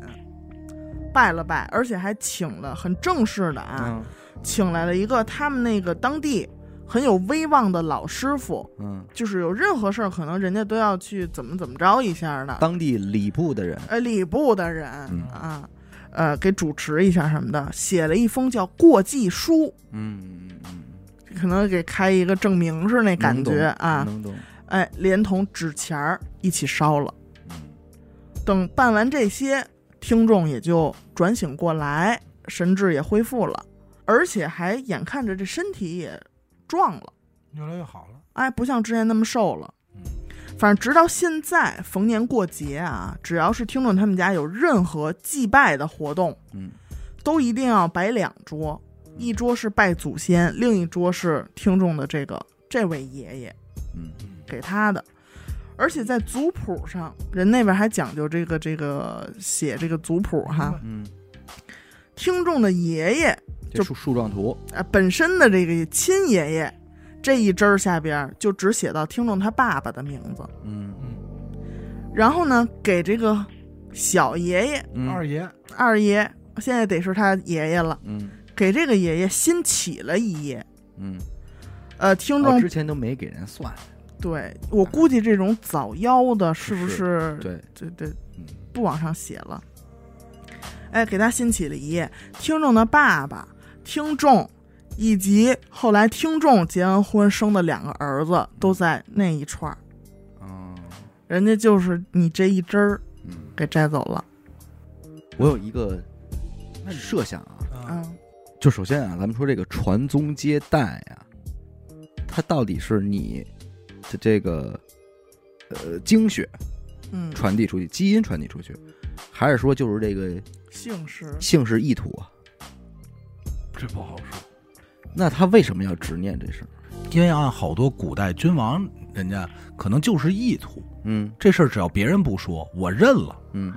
[SPEAKER 3] 拜了拜，而且还请了很正式的啊，
[SPEAKER 1] 嗯
[SPEAKER 3] 请来了一个他们那个当地很有威望的老师傅，
[SPEAKER 1] 嗯，
[SPEAKER 3] 就是有任何事儿可能人家都要去怎么怎么着一下的，
[SPEAKER 1] 当地礼部的人，
[SPEAKER 3] 呃，礼部的人、
[SPEAKER 1] 嗯
[SPEAKER 3] 啊。呃，给主持一下什么的，写了一封叫过继书，
[SPEAKER 1] 嗯嗯嗯，
[SPEAKER 3] 可能给开一个证明是那感觉啊，
[SPEAKER 1] 能懂，
[SPEAKER 3] 哎，连同纸钱儿一起烧了。
[SPEAKER 1] 嗯
[SPEAKER 3] 等办完这些，听众也就转醒过来，神智也恢复了，而且还眼看着这身体也壮了，
[SPEAKER 2] 越来越好了。
[SPEAKER 3] 哎，不像之前那么瘦了。
[SPEAKER 1] 嗯
[SPEAKER 3] 反正直到现在，逢年过节啊，只要是听众他们家有任何祭拜的活动，
[SPEAKER 1] 嗯
[SPEAKER 3] 都一定要摆两桌，一桌是拜祖先，另一桌是听众的这个这位爷爷。
[SPEAKER 1] 嗯
[SPEAKER 3] 给他的。而且在族谱上，人那边还讲究这个这个写这个族谱哈。
[SPEAKER 1] 嗯，
[SPEAKER 3] 听众的爷爷
[SPEAKER 1] 这树树状图，
[SPEAKER 3] 啊、呃本身的这个亲爷爷这一支儿下边儿就只写到听众他爸爸的名字，
[SPEAKER 1] 嗯
[SPEAKER 2] 嗯，
[SPEAKER 3] 然后呢给这个小爷爷
[SPEAKER 1] 嗯
[SPEAKER 2] 二爷
[SPEAKER 3] 二爷，现在得是他爷爷了，
[SPEAKER 1] 嗯
[SPEAKER 3] 给这个爷爷新起了一页。
[SPEAKER 1] 嗯，
[SPEAKER 3] 呃，听
[SPEAKER 1] 哦
[SPEAKER 3] 众、
[SPEAKER 1] 之前都没给人算，
[SPEAKER 3] 对我估计这种早夭的，是不
[SPEAKER 1] 是
[SPEAKER 3] 是
[SPEAKER 1] 对，
[SPEAKER 3] 对对
[SPEAKER 1] 嗯，
[SPEAKER 3] 不往上写了。哎，给他新起了一页，听众的爸爸、听众以及后来听众结完婚生的两个儿子
[SPEAKER 1] 嗯
[SPEAKER 3] 都在那一串儿，
[SPEAKER 1] 哦，
[SPEAKER 3] 人家就是你这一支儿
[SPEAKER 1] 嗯，
[SPEAKER 3] 给摘走了。
[SPEAKER 1] 我有一个
[SPEAKER 2] 那你
[SPEAKER 1] 设想啊，
[SPEAKER 2] 啊，
[SPEAKER 3] 嗯，
[SPEAKER 1] 就首先啊，咱们说这个传宗接代啊，它到底是你的这个呃精血
[SPEAKER 3] 嗯，
[SPEAKER 1] 传递出去，基因传递出去，还是说就是这个
[SPEAKER 3] 姓氏
[SPEAKER 1] 姓氏意图啊？
[SPEAKER 2] 这不好说。
[SPEAKER 1] 那他为什么要执念这事儿？
[SPEAKER 2] 因为按好多古代君王，人家可能就是意图，
[SPEAKER 1] 嗯
[SPEAKER 2] 这事儿只要别人不说，我认了。
[SPEAKER 1] 嗯，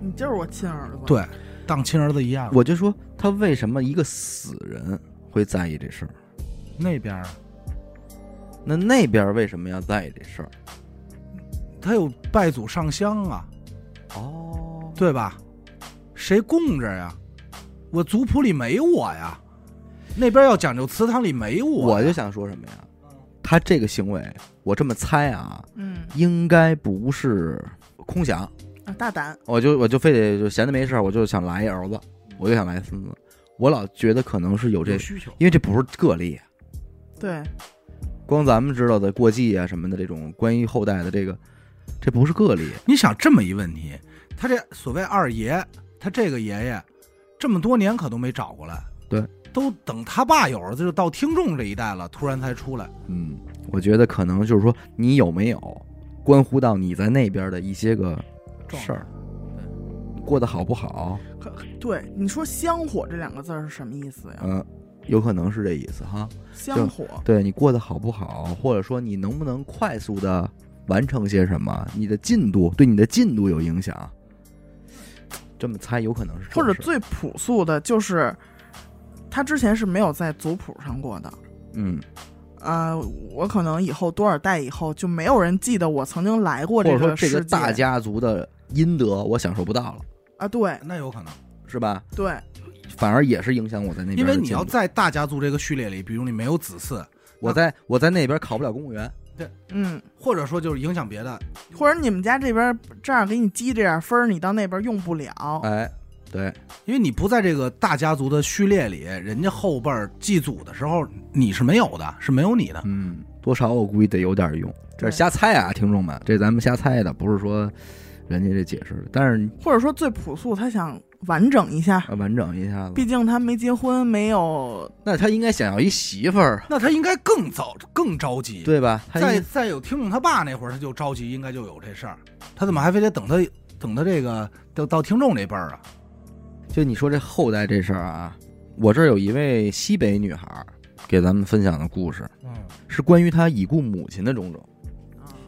[SPEAKER 3] 你就是我亲儿子。，
[SPEAKER 2] 对，当亲儿子一样。
[SPEAKER 1] 我就说他为什么一个死人会在意这事儿？
[SPEAKER 2] 那边儿
[SPEAKER 1] 那那边为什么要在意这事儿？
[SPEAKER 2] 他有拜祖上香啊，
[SPEAKER 1] 哦，
[SPEAKER 2] 对吧？谁供着呀？我族谱里没我呀，那边要讲究祠堂里没我
[SPEAKER 1] 我
[SPEAKER 2] 呀
[SPEAKER 1] 就想说什么呀？他这个行为，我这么猜啊，
[SPEAKER 3] 嗯，
[SPEAKER 1] 应该不是空想。
[SPEAKER 3] 啊，大胆，
[SPEAKER 1] 我就我就非得就闲的没事儿，我就想来一儿子，我就想来孙子。我老觉得可能是有这，
[SPEAKER 2] 需求。
[SPEAKER 1] 因为这不是个例，啊
[SPEAKER 3] 对，
[SPEAKER 1] 光咱们知道的过继啊什么的这种关于后代的这个，这不是个例。
[SPEAKER 2] 你想这么一问题，他这所谓二爷，他这个爷爷，这么多年可都没找过来，
[SPEAKER 1] 对，
[SPEAKER 2] 都等他爸有儿子，就到听众这一代了，突然才出来。
[SPEAKER 1] 嗯，我觉得可能就是说你有没有关乎到你在那边的一些个事儿，你过得好不好？
[SPEAKER 3] 可对，你说香火这两个字儿是什么意思呀？
[SPEAKER 1] 嗯、有可能是这意思哈。
[SPEAKER 3] 香火，
[SPEAKER 1] 对你过得好不好，或者说你能不能快速的完成些什么，你的进度对你的进度有影响。这么猜有可能是这
[SPEAKER 3] 或者
[SPEAKER 1] 事儿
[SPEAKER 3] 最朴素的就是，他之前是没有在族谱上过的。
[SPEAKER 1] 嗯，
[SPEAKER 3] 啊，我可能以后多少代以后就没有人记得我曾经来过
[SPEAKER 1] 或者说
[SPEAKER 3] 个世
[SPEAKER 1] 这
[SPEAKER 3] 界
[SPEAKER 1] 个大家族的阴德我享受不到了，
[SPEAKER 3] 啊，对
[SPEAKER 2] 那有可能，
[SPEAKER 1] 是吧？
[SPEAKER 3] 对，
[SPEAKER 1] 反而也是影响我在那边
[SPEAKER 2] 因
[SPEAKER 1] 的
[SPEAKER 2] 为
[SPEAKER 1] 进度。
[SPEAKER 2] 你要在大家族这个序列里，比如你没有子嗣，
[SPEAKER 1] 我在我在那边考不了公务员，
[SPEAKER 3] 嗯，
[SPEAKER 2] 或者说就是影响别的，
[SPEAKER 3] 或者你们家这边这样给你积这点分儿，你到那边用不了。
[SPEAKER 1] 哎，对，
[SPEAKER 2] 因为你不在这个大家族的序列里，人家后辈儿祭祖的时候你是没有的，是没有你的。
[SPEAKER 1] 嗯，多少我估计得有点用，这
[SPEAKER 3] 对
[SPEAKER 1] 是瞎猜啊，听众们，这咱们瞎猜的，不是说人家这解释的，但是
[SPEAKER 3] 或者说最朴素，他想完整一下，
[SPEAKER 1] 呃完整一下子，
[SPEAKER 3] 毕竟他没结婚，没有
[SPEAKER 1] 那他应该想要一媳妇儿，
[SPEAKER 2] 那他应该更早更着急，
[SPEAKER 1] 对吧？他
[SPEAKER 2] 再
[SPEAKER 1] 应
[SPEAKER 2] 再有听众他爸那会儿他就着急，应该就有这事儿，他怎么还非得等他等他这个到到听众这辈儿啊？
[SPEAKER 1] 就你说这后代这事儿啊，我这儿有一位西北女孩儿给咱们分享的故事，
[SPEAKER 2] 嗯，
[SPEAKER 1] 是关于她已故母亲的种种。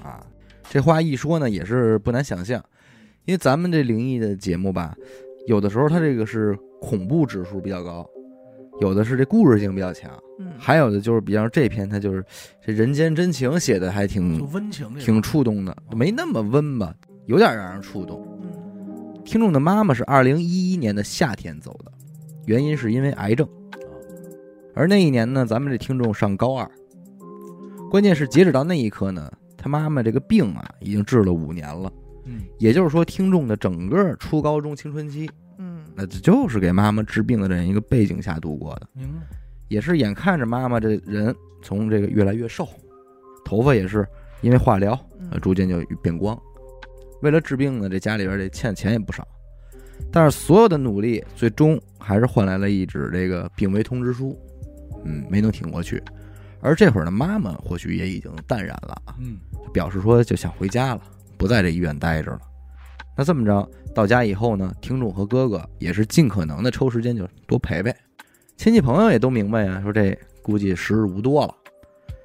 [SPEAKER 1] 啊，这话一说呢，也是不难想象，因为咱们这灵异的节目吧，有的时候它这个是恐怖指数比较高，有的是这故事性比较强，
[SPEAKER 3] 嗯，
[SPEAKER 1] 还有的就是比方说这篇它就是这人间真情写的还
[SPEAKER 2] 就
[SPEAKER 1] 挺
[SPEAKER 2] 温情这种
[SPEAKER 1] 挺触动的，没那么温吧，有点让人触动。
[SPEAKER 3] 嗯
[SPEAKER 1] 听众的妈妈是二零一一年的夏天走的，原因是因为癌症。而那一年呢，咱们这听众上高二，关键是截止到那一刻呢，他妈妈这个病啊已经治了五年了，
[SPEAKER 2] 嗯
[SPEAKER 1] 也就是说，听众的整个初高中青春期，
[SPEAKER 3] 嗯
[SPEAKER 1] 那这就是给妈妈治病的这样一个背景下度过的。
[SPEAKER 2] 明白。
[SPEAKER 1] 也是眼看着妈妈这人从这个越来越瘦，头发也是因为化疗，呃，
[SPEAKER 3] 嗯
[SPEAKER 1] 逐渐就变光。为了治病呢，这家里边这欠钱也不少，但是所有的努力最终还是换来了一纸这个病危通知书，嗯，没能挺过去。而这会儿呢，妈妈或许也已经淡然了啊，
[SPEAKER 2] 嗯，
[SPEAKER 1] 表示说就想回家了，不在这医院待着了。那这么着，到家以后呢，听众和哥哥也是尽可能的抽时间就多陪陪，亲戚朋友也都明白啊呀，说这估计时日无多了，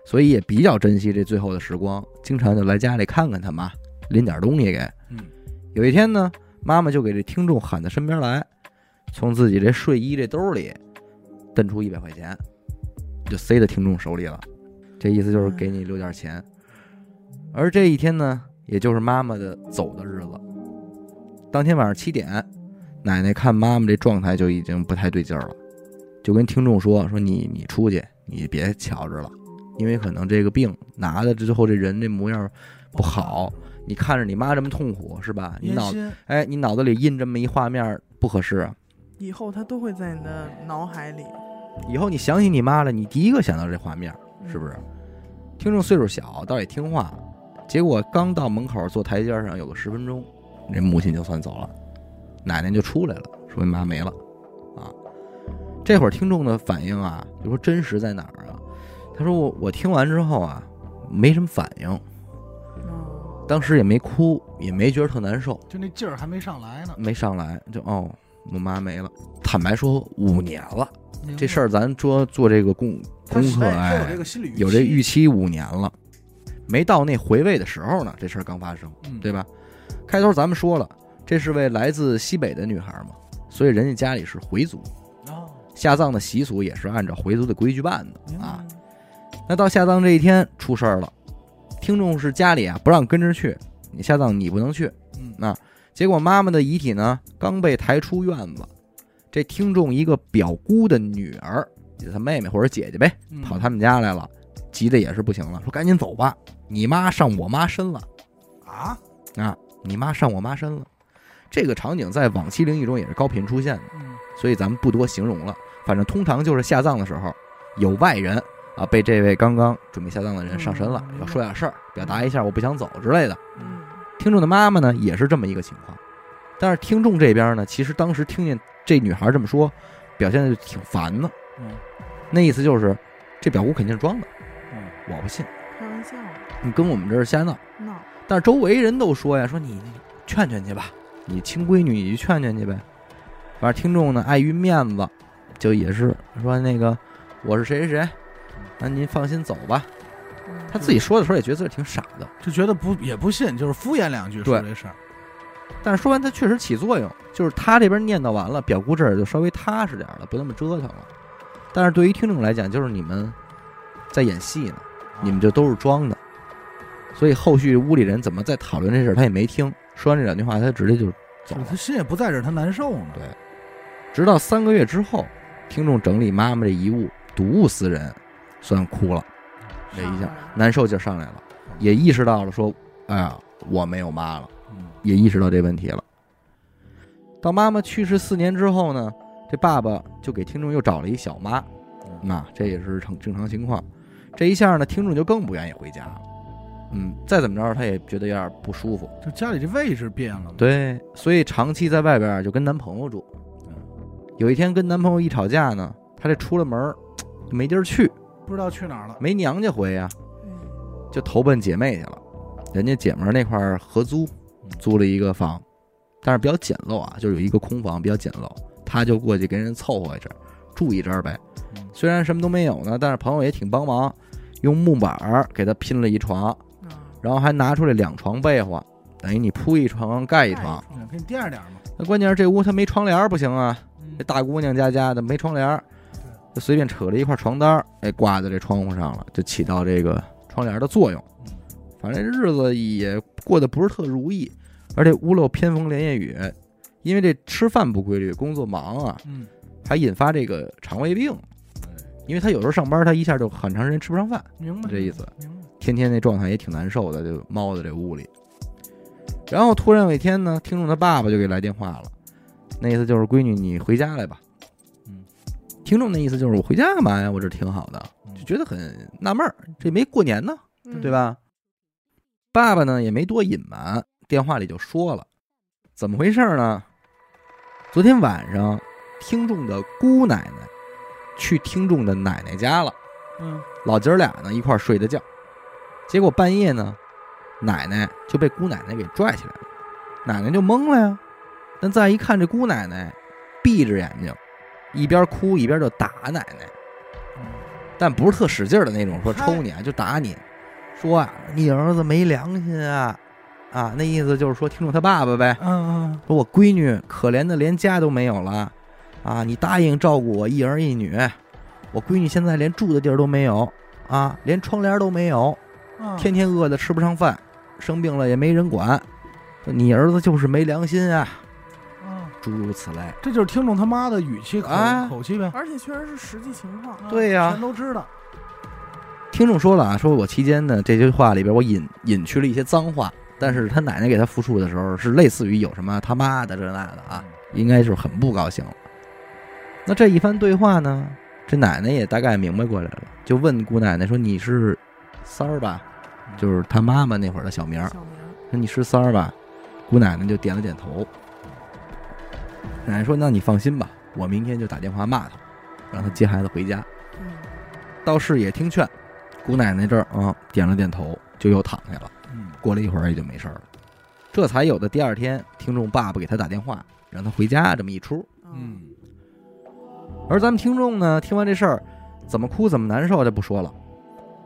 [SPEAKER 1] 所以也比较珍惜这最后的时光，经常就来家里看看他妈，拎点东西给。
[SPEAKER 2] 嗯，
[SPEAKER 1] 有一天呢，妈妈就给这听众喊到身边来，从自己这睡衣这兜里蹬出一百块钱，就塞到听众手里了，这意思就是给你留点钱。而这一天呢，也就是妈妈的走的日子。当天晚上七点，奶奶看妈妈这状态就已经不太对劲儿了，就跟听众说：“说你你出去，你别瞧着了，因为可能这个病拿的之后，这人这模样不好。你看着你妈这么痛苦是吧？你
[SPEAKER 2] 烟
[SPEAKER 1] 脑
[SPEAKER 2] 心
[SPEAKER 1] 哎，你脑子里印这么一画面不合适啊。
[SPEAKER 3] 以后他都会在你的脑海里，
[SPEAKER 1] 以后你想起你妈了，你第一个想到这画面。”是不
[SPEAKER 3] 是？
[SPEAKER 1] 是？听众岁数小，倒也听话，结果刚到门口坐台阶上有个十分钟，这母亲就算走了，奶奶就出来了，说你妈没了，啊，这会儿听众的反应啊，就说真实在哪儿啊？他说我我听完之后啊，没什么反应，
[SPEAKER 3] 嗯
[SPEAKER 1] 当时也没哭，也没觉得特难受，
[SPEAKER 2] 就那劲儿还没上来呢。
[SPEAKER 1] 没上来就哦，我妈没了。坦白说，五年了，
[SPEAKER 2] 明白
[SPEAKER 1] 这事儿咱说做这个功
[SPEAKER 2] 他
[SPEAKER 1] 功
[SPEAKER 2] 是
[SPEAKER 1] 课，
[SPEAKER 2] 哎
[SPEAKER 1] 哎，
[SPEAKER 2] 他有这个心理
[SPEAKER 1] 有这预
[SPEAKER 2] 期，
[SPEAKER 1] 期五年了，没到那回味的时候呢，这事儿刚发生，
[SPEAKER 2] 嗯
[SPEAKER 1] 对？吧？开头咱们说了，这是位来自西北的女孩嘛，所以人家家里是回族，
[SPEAKER 2] 啊，
[SPEAKER 1] 下葬的习俗也是按照回族的规矩办
[SPEAKER 2] 明
[SPEAKER 3] 嗯
[SPEAKER 1] 的
[SPEAKER 2] 白
[SPEAKER 1] 啊。，那到下葬这一天出事儿了，听众是家里啊不让跟着去，你下葬你不能去。
[SPEAKER 2] 嗯，
[SPEAKER 1] 结果妈妈的遗体呢刚被抬出院子，这听众一个表姑的女儿，也就是她妹妹或者姐姐呗，
[SPEAKER 2] 嗯
[SPEAKER 1] 跑他们家来了，急的也是不行了，说赶紧走吧，你妈上我妈身了，
[SPEAKER 2] 啊，
[SPEAKER 1] 你妈上我妈身了。这个场景在往期灵异中也是高频出现的，
[SPEAKER 2] 嗯，
[SPEAKER 1] 所以咱们不多形容了。反正通常就是下葬的时候，有外人啊被这位刚刚准备下葬的人上身了，
[SPEAKER 2] 嗯
[SPEAKER 1] 要说点事儿，表达一下我不想走之类的。
[SPEAKER 3] 嗯
[SPEAKER 1] 听众的妈妈呢也是这么一个情况，但是听众这边呢，其实当时听见这女孩这么说，表现的挺烦的，
[SPEAKER 2] 嗯
[SPEAKER 1] 那意思就是这表姑肯定是装的，
[SPEAKER 2] 嗯
[SPEAKER 1] 我不信。
[SPEAKER 3] 开玩笑，
[SPEAKER 1] 你跟我们这儿瞎闹。
[SPEAKER 3] 闹，
[SPEAKER 1] 但是周围人都说呀，说你你劝劝去吧，你亲闺女，你去劝劝去呗。反正听众呢，碍于面子，就也是说那个我是谁谁谁，那您放心走吧。
[SPEAKER 3] 嗯
[SPEAKER 1] 他自己说的时候也觉得自己挺傻的，
[SPEAKER 2] 就觉得不也不信，就是敷衍两句说
[SPEAKER 1] 对
[SPEAKER 2] 这事儿。
[SPEAKER 1] 但是说完他确实起作用，就是他这边念叨完了，表姑这儿就稍微踏实点儿了，不那么折腾了。但是对于听众来讲，就是你们在演戏呢，你们就都是装的。所以后续屋里人怎么在讨论这事儿，他也没听。说完这两句话，他直接就走
[SPEAKER 2] 啊是
[SPEAKER 1] 了
[SPEAKER 2] 他。心也不在这儿，他难受呢。
[SPEAKER 1] 对直到三个月之后，听众整理妈妈这遗物，睹物思人，算哭了。这一下
[SPEAKER 3] 哎
[SPEAKER 1] 难受劲儿上来了，也意识到了说，哎呀，我没有妈了，
[SPEAKER 2] 嗯
[SPEAKER 1] 也意识到这问题了。到妈妈去世四年之后呢，这爸爸就给听众又找了一小妈，那这也是正正常情况。这一下呢，听众就更不愿意回家了。嗯，再怎么着，他也觉得有点不舒服。
[SPEAKER 2] 就家里这位置变了嘛，
[SPEAKER 1] 对，所以长期在外边儿就跟男朋友住。有一天跟男朋友一吵架呢，她这出了门儿就没地儿去，
[SPEAKER 2] 不知道去哪儿了。
[SPEAKER 1] 没娘家回啊呀、
[SPEAKER 3] 嗯
[SPEAKER 1] 就投奔姐妹去了。人家姐们儿那块儿合租，租了一个房，但是比较简陋啊，就是有一个空房比较简陋，她就过去跟人凑合一阵儿，住一阵儿呗。
[SPEAKER 2] 嗯
[SPEAKER 1] 虽然什么都没有呢，但是朋友也挺帮忙，用木板儿给她拼了一床，
[SPEAKER 3] 啊
[SPEAKER 1] 然后还拿出来两床被子，等于你铺一床盖一床。
[SPEAKER 2] 嗯给你垫着点儿嘛，
[SPEAKER 1] 那关键是这屋她没窗帘儿不行啊，这
[SPEAKER 2] 嗯
[SPEAKER 1] 大姑娘家家的没窗帘儿，就随便扯了一块床单儿，哎，挂在这窗户上了，就起到这个窗帘的作用
[SPEAKER 2] 嗯。
[SPEAKER 1] 反正日子也过得不是特如意，而且屋漏偏逢连夜雨，因为这吃饭不规律，工作忙啊，
[SPEAKER 2] 嗯，
[SPEAKER 1] 还引发这个肠胃病。
[SPEAKER 2] 哎
[SPEAKER 1] 因为她有时候上班，她一下就很长时间吃不上饭，
[SPEAKER 2] 明白
[SPEAKER 1] 这意思，
[SPEAKER 2] 明白。
[SPEAKER 1] 天天那状态也挺难受的，就猫在这屋里。然后突然有一天呢，听众他爸爸就给来电话了，那意思就是闺女，你回家来吧。
[SPEAKER 2] 嗯，
[SPEAKER 1] 听众那意思就是我回家干嘛呀？我这挺好的，就觉得很纳闷儿，这没过年呢，
[SPEAKER 3] 嗯
[SPEAKER 1] 对吧？爸爸呢也没多隐瞒，电话里就说了，怎么回事儿呢？昨天晚上，听众的姑奶奶去听众的奶奶家了。
[SPEAKER 2] 嗯，
[SPEAKER 1] 老姐儿俩呢一块儿睡的觉，结果半夜呢，奶奶就被姑奶奶给拽起来了，奶奶就懵了呀。但再一看，这姑奶奶闭着眼睛，一边哭一边就打奶奶，但不是特使劲儿的那种，说抽你啊，就打你，说啊你儿子没良心啊，啊那意思就是说听众他爸爸呗，
[SPEAKER 2] 嗯
[SPEAKER 1] 说我闺女可怜的连家都没有了，啊，你答应照顾我一儿一女，我闺女现在连住的地儿都没有，啊，连窗帘都没有，
[SPEAKER 2] 嗯，
[SPEAKER 1] 天天饿的吃不上饭，生病了也没人管，你儿子就是没良心啊，
[SPEAKER 2] 嗯，
[SPEAKER 1] 诸如此类。
[SPEAKER 2] 这就是听众他妈的语气口
[SPEAKER 1] 啊
[SPEAKER 2] 口气呗，
[SPEAKER 3] 而且确实是实际情况，啊
[SPEAKER 1] 对呀
[SPEAKER 2] 全都知道。
[SPEAKER 1] 听众说了啊，说我期间呢这句话里边我隐隐去了一些脏话，但是他奶奶给他复述的时候是类似于有什么他妈的这那的啊，应该就是很不高兴了。那这一番对话呢，这奶奶也大概明白过来了，就问姑奶奶说：“你是三儿吧？”就是她妈妈那会儿的小名儿，
[SPEAKER 3] 小明儿
[SPEAKER 1] 说：“你是三儿吧？”姑奶奶就点了点头。奶奶说：“那你放心吧，我明天就打电话骂他，让他接孩子回家。
[SPEAKER 3] 嗯”
[SPEAKER 1] 道士也听劝，姑奶奶这儿啊、嗯点了点头，就又躺下了。
[SPEAKER 2] 嗯，
[SPEAKER 1] 过了一会儿也就没事儿了，这才有的第二天，听众爸爸给他打电话，让他回家这么一出。
[SPEAKER 3] 嗯
[SPEAKER 2] 嗯
[SPEAKER 1] 而咱们听众呢，听完这事儿，怎么哭怎么难受就不说了，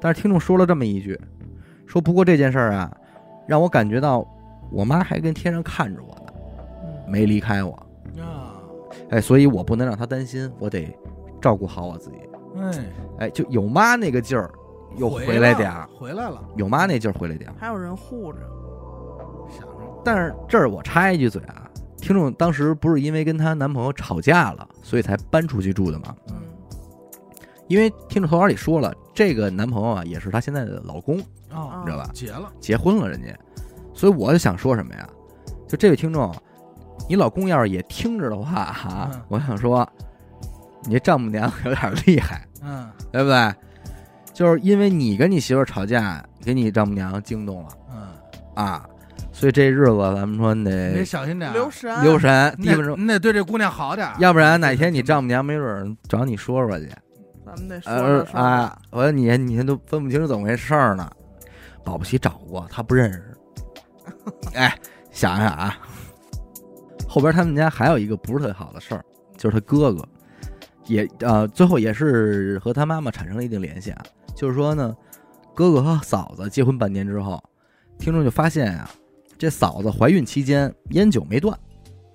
[SPEAKER 1] 但是听众说了这么一句，说不过这件事儿啊，让我感觉到我妈还跟天上看着我呢，
[SPEAKER 3] 嗯
[SPEAKER 1] 没离开我，
[SPEAKER 2] 啊，
[SPEAKER 1] 哎，所以我不能让她担心，我得照顾好我自己，
[SPEAKER 2] 哎，
[SPEAKER 1] 哎，就有妈那个劲儿又回来点儿，
[SPEAKER 2] 回来了，
[SPEAKER 1] 有妈那劲儿回来点儿。
[SPEAKER 3] 还有人护着，
[SPEAKER 2] 想着
[SPEAKER 1] 但是这儿我插一句嘴啊，听众当时不是因为跟她男朋友吵架了，所以才搬出去住的吗？
[SPEAKER 3] 嗯
[SPEAKER 1] 因为听众投稿里说了，这个男朋友啊也是她现在的老公。
[SPEAKER 2] 啊，
[SPEAKER 1] 你知道吧？
[SPEAKER 2] 结了，
[SPEAKER 1] 结婚了人家，所以我就想说什么呀？就这位听众，你老公要是也听着的话哈、
[SPEAKER 2] 嗯
[SPEAKER 1] 我想说，你这丈母娘有点厉害，
[SPEAKER 2] 嗯
[SPEAKER 1] 对不对？就是因为你跟你媳妇儿吵架，给你丈母娘惊动了
[SPEAKER 2] 嗯，
[SPEAKER 1] 啊，所以这日子咱们说你
[SPEAKER 2] 你得
[SPEAKER 1] 得
[SPEAKER 2] 小心点儿，
[SPEAKER 3] 留神啊
[SPEAKER 1] 留神，
[SPEAKER 2] 你
[SPEAKER 1] 提
[SPEAKER 2] 得
[SPEAKER 1] 分钟，
[SPEAKER 2] 你得对这姑娘好点儿，
[SPEAKER 1] 要不然哪天你丈母娘没准儿找你说说去。
[SPEAKER 3] 咱们得说
[SPEAKER 1] 呃
[SPEAKER 3] 着说
[SPEAKER 1] 啊
[SPEAKER 3] 着，
[SPEAKER 1] 我说你你还都分不清是怎么回事儿呢，保不齐找过他不认识。哎，想想啊，后边他们家还有一个不是特好的事儿，就是他哥哥，也呃最后也是和他妈妈产生了一定联系啊，就是说呢，哥哥和嫂子结婚半年之后，听众就发现啊，这嫂子怀孕期间烟酒没断，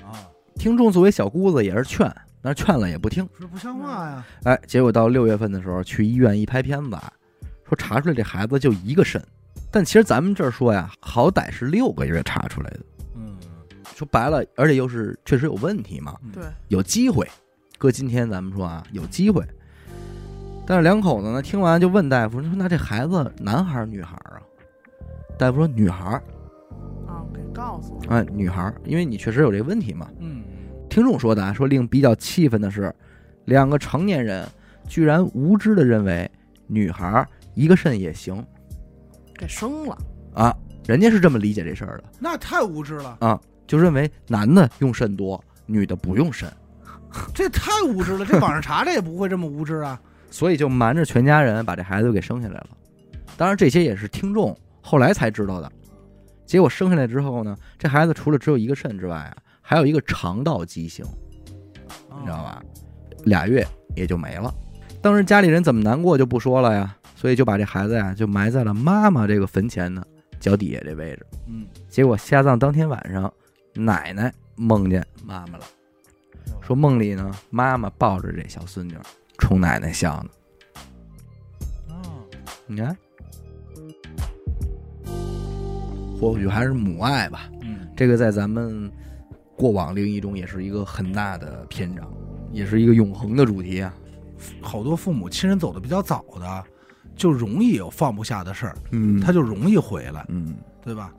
[SPEAKER 2] 啊，
[SPEAKER 1] 听众作为小姑子也是劝，但是劝了也不听。
[SPEAKER 2] 说不像话呀，
[SPEAKER 1] 哎，结果到六月份的时候去医院一拍片子，啊，说查出来这孩子就一个肾，但其实咱们这儿说呀，好歹是六个月查出来的，
[SPEAKER 2] 嗯，
[SPEAKER 1] 说白了，而且又是确实有问题嘛，
[SPEAKER 2] 嗯
[SPEAKER 3] 对，
[SPEAKER 1] 有机会。搁今天咱们说啊，有机会。但是两口子呢，听完就问大夫说：“那这孩子男孩儿女孩儿啊？”大夫说：“女孩儿，
[SPEAKER 3] 啊，给告诉我，
[SPEAKER 1] 哎，女孩儿，因为你确实有这个问题嘛。”
[SPEAKER 2] 嗯，
[SPEAKER 1] 听众说的啊，说令比较气愤的是，两个成年人居然无知的认为女孩儿一个肾也行
[SPEAKER 3] 给生了，
[SPEAKER 1] 啊，人家是这么理解这事儿的，
[SPEAKER 2] 那太无知了，
[SPEAKER 1] 就认为男的用肾多，女的不用肾，
[SPEAKER 2] 这太无知了，这网上查这也不会这么无知啊。
[SPEAKER 1] 所以就瞒着全家人把这孩子给生下来了。当然，这些也是听众后来才知道的。结果生下来之后呢，这孩子除了只有一个肾之外啊，还有一个肠道畸形。 你知道吧？俩月也就没了。当时家里人怎么难过就不说了呀，所以就把这孩子呀就埋在了妈妈这个坟前呢脚底下这位置。
[SPEAKER 2] 嗯，
[SPEAKER 1] 结果下葬当天晚上，奶奶梦见妈妈了，
[SPEAKER 2] 嗯
[SPEAKER 1] 说梦里呢妈妈抱着这小孙女儿冲奶奶笑呢。哎
[SPEAKER 2] 哦
[SPEAKER 1] 你看，或许还是母爱吧，
[SPEAKER 2] 嗯，
[SPEAKER 1] 这个在咱们过往灵异中也是一个很大的篇章，也是一个永恒的主题啊。
[SPEAKER 2] 好多父母亲人走的比较早的，就容易有放不下的事儿，
[SPEAKER 1] 嗯
[SPEAKER 2] 他就容易回来，
[SPEAKER 1] 嗯。
[SPEAKER 2] 对吧？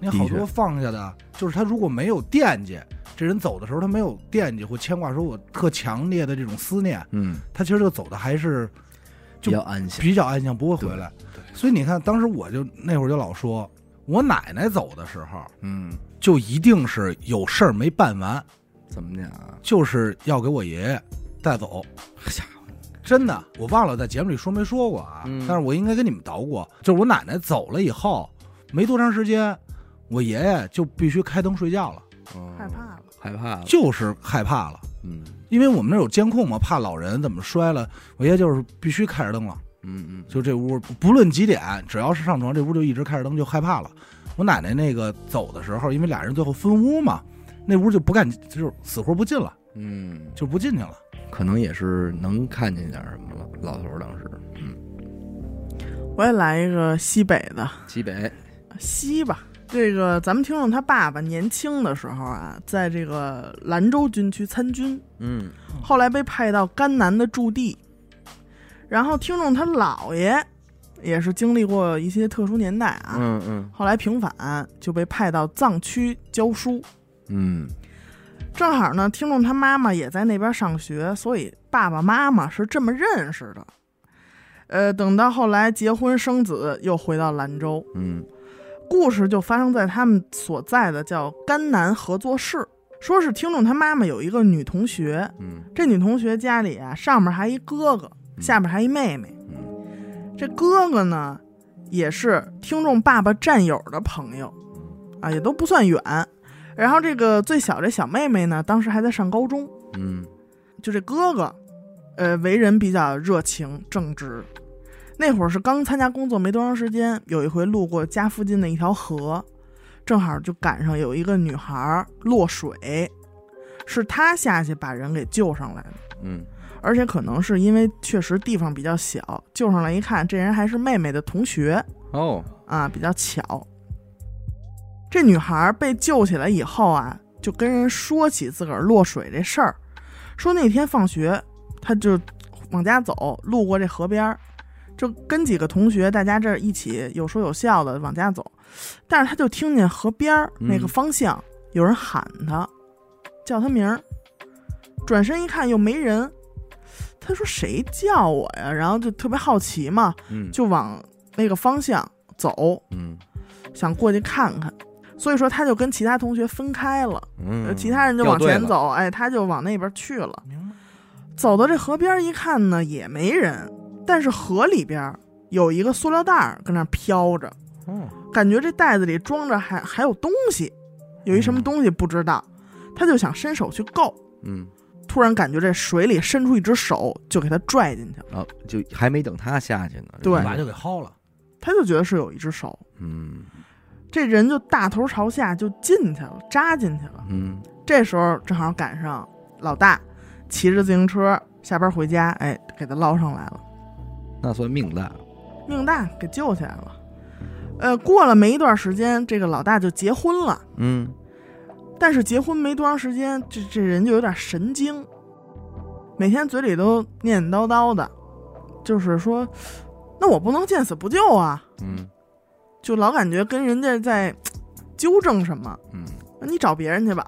[SPEAKER 2] 你
[SPEAKER 1] 的
[SPEAKER 2] 好
[SPEAKER 1] 确
[SPEAKER 2] 多放下的，就是他如果没有惦记，这人走的时候他没有惦记或牵挂，说我特强烈的这种思念，
[SPEAKER 1] 嗯，
[SPEAKER 2] 他其实就走的还是
[SPEAKER 1] 比
[SPEAKER 2] 就
[SPEAKER 1] 较安详。
[SPEAKER 2] 比较安详，不会回来。所以你看，当时我就那会儿就老说，我奶奶走的时候，
[SPEAKER 1] 嗯，
[SPEAKER 2] 就一定是有事儿没办完，
[SPEAKER 1] 怎么讲啊？
[SPEAKER 2] 就是要给我爷爷带走。真的，我忘了在节目里说没说过啊，
[SPEAKER 1] 嗯
[SPEAKER 2] 但是我应该跟你们叨过，就是我奶奶走了以后，没多长时间，我爷爷就必须开灯睡觉了，
[SPEAKER 1] 嗯
[SPEAKER 3] 害怕了，
[SPEAKER 1] 害怕了。
[SPEAKER 2] 就是害怕了，
[SPEAKER 1] 嗯
[SPEAKER 2] 因为我们那儿有监控嘛，怕老人怎么摔了，我爷爷就是必须开着灯了。
[SPEAKER 1] 嗯嗯，
[SPEAKER 2] 就这屋不论几点，只要是上床，这屋就一直开着灯，就害怕了。我奶奶那个走的时候，因为俩人最后分屋嘛，那屋就不干，就是死活不进了，
[SPEAKER 1] 嗯，
[SPEAKER 2] 就不进去了。
[SPEAKER 1] 可能也是能看见点什么了。老头儿当时，嗯，
[SPEAKER 3] 我也来一个西北的，
[SPEAKER 1] 西北，
[SPEAKER 3] 西吧。这个咱们听众他爸爸年轻的时候啊，在这个兰州军区参军，
[SPEAKER 1] 嗯
[SPEAKER 3] 后来被派到甘南的驻地。然后听众他姥爷也是经历过一些特殊年代啊，
[SPEAKER 1] 嗯嗯
[SPEAKER 3] 后来平反就被派到藏区教书。
[SPEAKER 1] 嗯
[SPEAKER 3] 正好呢，听众他妈妈也在那边上学，所以爸爸妈妈是这么认识的。呃，等到后来结婚生子，又回到兰州。
[SPEAKER 1] 嗯
[SPEAKER 3] 故事就发生在他们所在的叫甘南合作社。说是听众他妈妈有一个女同学，
[SPEAKER 1] 嗯
[SPEAKER 3] 这女同学家里啊，上面还一哥哥，下边还一妹妹。
[SPEAKER 1] 嗯
[SPEAKER 3] 这哥哥呢，也是听众爸爸战友的朋友，啊，也都不算远。然后这个最小这小妹妹呢，当时还在上高中。
[SPEAKER 1] 嗯
[SPEAKER 3] 就这哥哥，呃，为人比较热情正直。那会儿是刚参加工作没多长时间，有一回路过家附近的一条河，正好就赶上有一个女孩儿落水，是他下去把人给救上来的。
[SPEAKER 1] 嗯
[SPEAKER 3] 而且可能是因为确实地方比较小，救上来一看，这人还是妹妹的同学
[SPEAKER 1] 哦，
[SPEAKER 3] 啊，比较巧。这女孩儿被救起来以后啊，就跟人说起自个儿落水这事儿，说那天放学，她就往家走，路过这河边儿，就跟几个同学大家这儿一起有说有笑的往家走，但是她就听见河边儿那个
[SPEAKER 1] 嗯
[SPEAKER 3] 方向、有人喊她，叫她名儿，转身一看又没人，她说谁叫我呀？然后就特别好奇嘛，
[SPEAKER 1] 嗯
[SPEAKER 3] 就往那个方向走，
[SPEAKER 1] 嗯
[SPEAKER 3] 想过去看看，所以说他就跟其他同学分开了，呃
[SPEAKER 1] 嗯，
[SPEAKER 3] 其他人就往前走，哎，他就往那边去了。
[SPEAKER 2] 明白。
[SPEAKER 3] 走到这河边一看呢，也没人，但是河里边有一个塑料袋儿跟那儿飘着，
[SPEAKER 1] 哦，
[SPEAKER 3] 感觉这袋子里装着还还有东西，有一什么东西不知道，他就想伸手去够，
[SPEAKER 1] 嗯，
[SPEAKER 3] 突然感觉这水里伸出一只手就给他拽进去了，
[SPEAKER 1] 然后哦就还没等他下去呢，
[SPEAKER 3] 对
[SPEAKER 2] 一把就给薅了。
[SPEAKER 3] 他就觉得是有一只手，
[SPEAKER 1] 嗯
[SPEAKER 3] 这人就大头朝下就进去了，扎进去了。
[SPEAKER 1] 嗯
[SPEAKER 3] 这时候正好赶上老大骑着自行车下班回家，哎，给他捞上来了，
[SPEAKER 1] 那算命大，
[SPEAKER 3] 命大给救起来了。呃，过了没一段时间，这个老大就结婚了，
[SPEAKER 1] 嗯
[SPEAKER 3] 但是结婚没多长时间，这这人就有点神经，每天嘴里都念念叨叨的，就是说，那我不能见死不救啊，
[SPEAKER 1] 嗯
[SPEAKER 3] 就老感觉跟人家在纠正什么，
[SPEAKER 1] 嗯
[SPEAKER 3] 你找别人去吧。